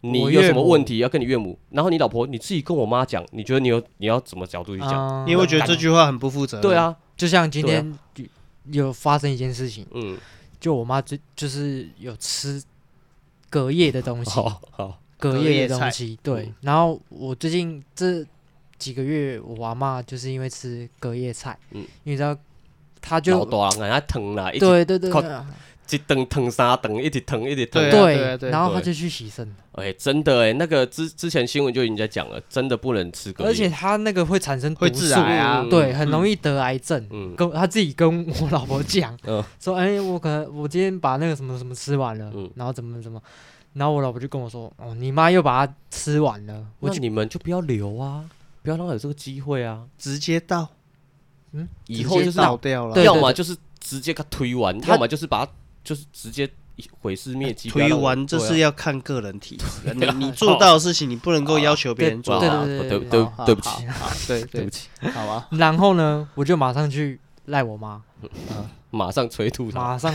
你
我
有
岳
什么
母
问题要跟你岳母，然后你老婆你自己跟我妈讲，你觉得你有你要怎么角度去讲？
啊
你会觉得这句话很不负责任。
对，啊，
就像今
对啊
天有有发生一件事情，
嗯，
就我妈最就是有吃隔夜的东西，
好哦好，
隔
隔夜
夜的
菜
东西，对
嗯。
然后我最近这几个月，我阿妈就是因为吃隔夜菜，
嗯
嗯，你知道，她
老
就
大人啊，疼啦，一直
对对对
靠
对啊
一顿疼三顿，一直疼一直疼。
对啊对啊对啊
然后她
对
就去洗肾了，
哎、真的哎、那个之之前新闻就已经在讲了，真的不能吃隔夜。
而且，她那个会产生毒
会致
素，
癌啊
嗯，
对，很容易得癌症。
嗯
跟她自己跟我老婆讲，
嗯
说，哎、我可能我今天把那个什么什么吃完了，
嗯
然后怎么怎么，然后我老婆就跟我说，哦，你妈又把它吃完了，我
那
就
你们就不要留啊，不要让他有这个机会啊。
直接倒，
以后
直接
就是
倒掉了
对，
要么就是直接给他推完，
他
要么就是把他就是直接毁尸灭迹。不要
推
让我
完这
对啊
是要看个人体质啊，你
对啊
你做到的事情，你不能够要求别人做
哇
对
到。
对对
啊对
对
对
好好
对不起，
好好对
对
对
不，起，
好啊 吧，
然后呢，我就马上去赖我妈，
马上催吐他，
马上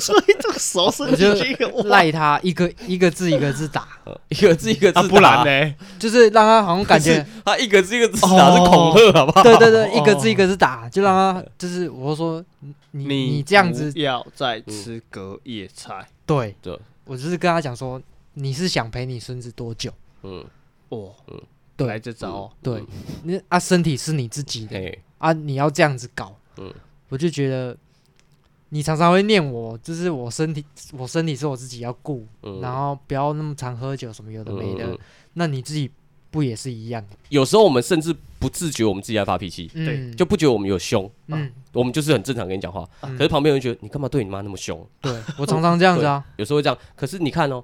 所以这个手是
我就
这个哇
赖她一个一个字一个字打，
呃一个字一个字
啊，
打，
不然呢？
就是让她好像感觉，
他一个字一个字打是恐吓，好不好？
对对对，一个
哦
字一个字打，就让她就是我说你你
你
这样子
不，要再吃隔夜菜
对
对
我就是跟她讲说，你是想陪你孙子多久？
嗯，
哦，
对
来这招哦，
对，那啊身体是你自己的，
哎，
啊，你要这样子搞，
嗯
我就觉得你常常会念我，就是我身体，我身体是我自己要顾，
嗯
然后不要那么常喝酒什么有的没的，
嗯嗯嗯
那你自己不也是一样？
有时候我们甚至不自觉我们自己在发脾气，
对
嗯、
就不觉得我们有凶，
嗯，
我们就是很正常跟你讲话，
嗯
可是旁边有人觉得你干嘛对你妈那么凶？
对我常常这样子啊，
有时候会这样，可是你看哦，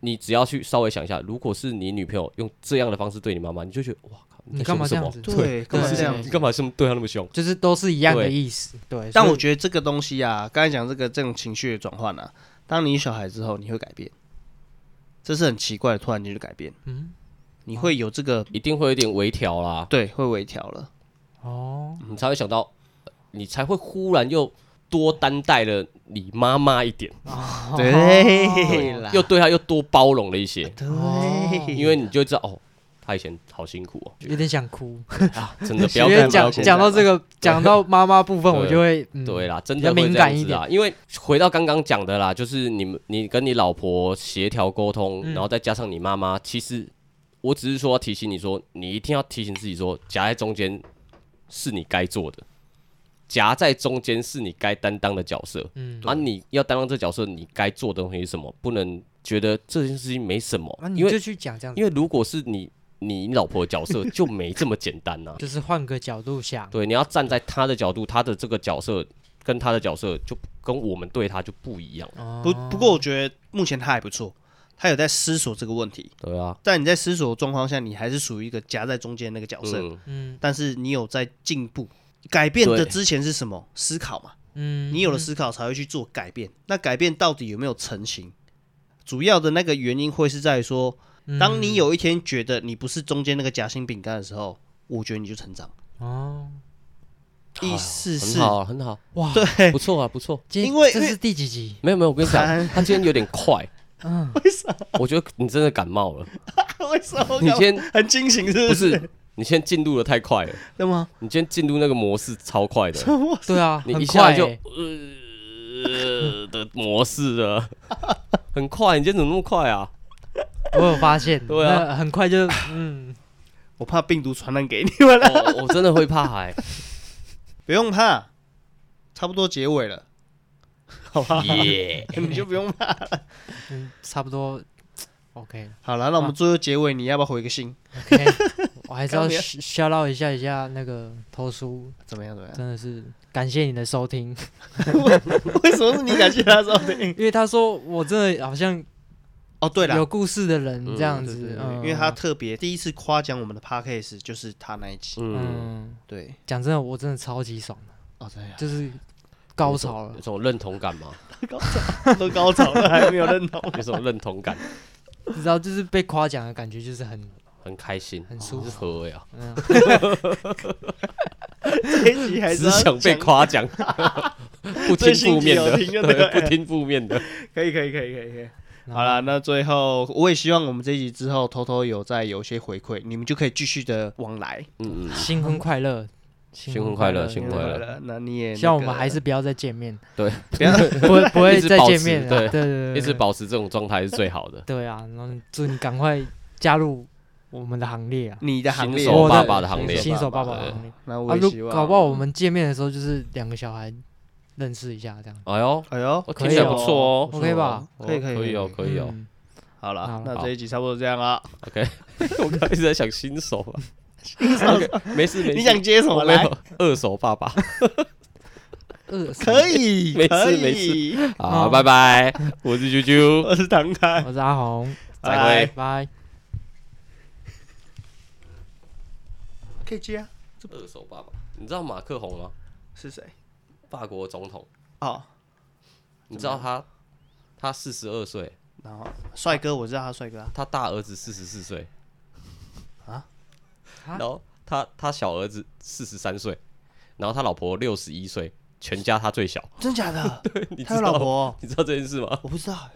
你只要去稍微想一下，如果是你女朋友用这样的方式对你妈妈，你就觉得哇靠，
你干嘛这样子？
对干
嘛这
样
你干嘛这么对她那么凶？
就是都是一样的
对
意思，对。
但
所以
我觉得这个东西啊，刚才讲这个这种情绪的转换啊，当你有小孩之后，你会改变，这是很奇怪的，突然间就改变，
嗯，
你会有这个
一定会有点微调啦，
对，会微调了，
哦，
你才会想到，你才会忽然又多担待了你妈妈一点，
哦
对
啊
啦，
又对她又多包容了一些，
哦
对，
因为你就知道哦，她以前好辛苦 哦，
有点想哭。
啊，真的不
因
要
为
看不
讲
要哭
哭
讲到这个，讲到妈妈部分，
对
我就会嗯，
对啦，真
比
的
较
会
敏
这样
感一
子啦。因为回到刚刚讲的啦，就是你们你跟你老婆协调沟通，
嗯
然后再加上你妈妈，其实我只是说要提醒你说，你一定要提醒自己说，夹在中间是你该做的，夹在中间是你该担当的角色。
嗯，
啊，你要担当这角色，你该做的东西是什么？不能觉得这件事情没什么
啊，，你
因为
就去讲这样子，
因为如果是你你老婆的角色就没这么简单呐、
就是换个角度想，
对，你要站在他的角度，他的这个角色跟他的角色就跟我们对他就不一样。
不不过我觉得目前他还不错，他有在思索这个问题，
对啊，
但你在思索的状况下，你还是属于一个夹在中间的那个角色，
嗯，
嗯
但是你有在进步。改变的
对
之前是什么？思考嘛，
嗯，
你有了思考才会去做改变。那改变到底有没有成型？主要的那个原因会是在于说，
嗯
当你有一天觉得你不是中间那个夹心饼干的时候，我觉得你就成长。
哦，
意思
很
是，
好啊，很好，
哇，
对
不，错啊，不错。
今天
因为
这
因
是第几集？
没有没有，我跟你讲，
三
他今天有点快，
嗯，
我觉得你真的感冒了。
为什么
你今天
很惊醒是
不
不是？
是，你今天进入的太快了，
对吗？
你今天进入那个模式超快的。
对啊，
你
很
一下
快
就
欸
呃的模 式了，很快，你今天怎么那么快啊？
我有发现，
对啊
那很快就嗯，
哦我怕病毒传染给你们了。
我我真的会怕哎、
不用怕，差不多结尾了，好吧？
耶，
你就不用怕。
嗯，差不多 OK 了。
好了，那我们最后结尾，你要不要回个信？
OK，我还是要
刚没有
shout- shout out 一下一下那个投书，
怎么样？怎么样？
真的是感谢你的收听，
为什么是你感谢他收听？
因为他说我真的好像
哦，对了
有，故事的人这样
对
子
对，对
嗯
因为他特别第一次夸奖我们的 podcast 就是他那一集，
嗯，
嗯，
对，
讲真的，我真的超级爽 的，
哦，
啊
对呀，
就是高潮
嗯
了
有。种认同感吗？
都高潮了还没有认 同，
有种认同感，
你知道，就是被夸奖的感觉，就是很
很开心，
很舒服
是何啊呀？
嗯，
这一集还是
只
要
想被
讲，
夸奖，不听
最新
负面的，
集有听就对了
对，不听负面的。
可以，可以，可以，可以，可以。
然
好
后
啦，，那最后我也希望我们这一集之后偷偷有再有些回馈，你们就可以继续的往来。
嗯嗯，
新婚快乐，
新婚快乐新婚快乐
了，那你也
希望我
那个
们还是不要再见面，
不要，
不会不
一
会
直
再
保
见
持
面了，啊
对
对对对，对
一直保持这种状态是最好的。
对啊，然后祝你赶快加入我们的行列啊
你的行列，
新手
我的
爸爸的行列
新手爸爸
对
的行列。
那
啊，
我也
如
希望，
搞不好我们见面的时候就是两个小孩认识一下这样
哎呦，
哎呦
我
可以
听起来
哦
不错哦，
不错
，OK 吧？
可以可以
可以哦，可以哦。
嗯
好
好
了
了，
那
好
这一集差不多这样了。
OK，我
嗯
刚刚一直在想新手啊，新手 没事没事，
你想接什么
我没
来？
有二手爸爸
二十
可，以，
没事
可以
没事好，
好
拜拜，我是啾啾，
我是唐哎凯，
我是阿红，
再
拜
会
拜。拜。
可以接啊？
二手爸爸，你知道马克宏吗？
是谁？
法国总统，
哦，
你知道他他四十二岁，
然后帅哥，我知道他帅哥啊。
他大儿子四十四岁
啊，
然后他他小儿子四十三岁，然后他老婆六十一岁，全家他最小，
真假 的？
你知
他有老
道
婆哦？
你知道这件事吗？
我不知道欸，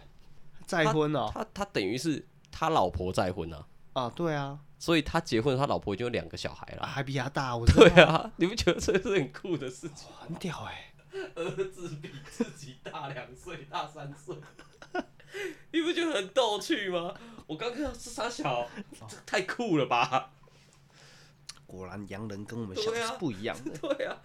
再婚哦？
他他等于是他老婆再婚啊，
啊，对啊，
所以他结婚，他老婆已经有两个小孩
啊
了。
还比他大，我知道
对啊，你不觉得这是很酷的事情？
很屌哎。
儿子比自己大两岁，大三岁，你不觉得很逗趣吗？我刚看到是傻小，这太酷了吧？
果然洋人跟我们想
对
的
啊
是不一样的。
对啊，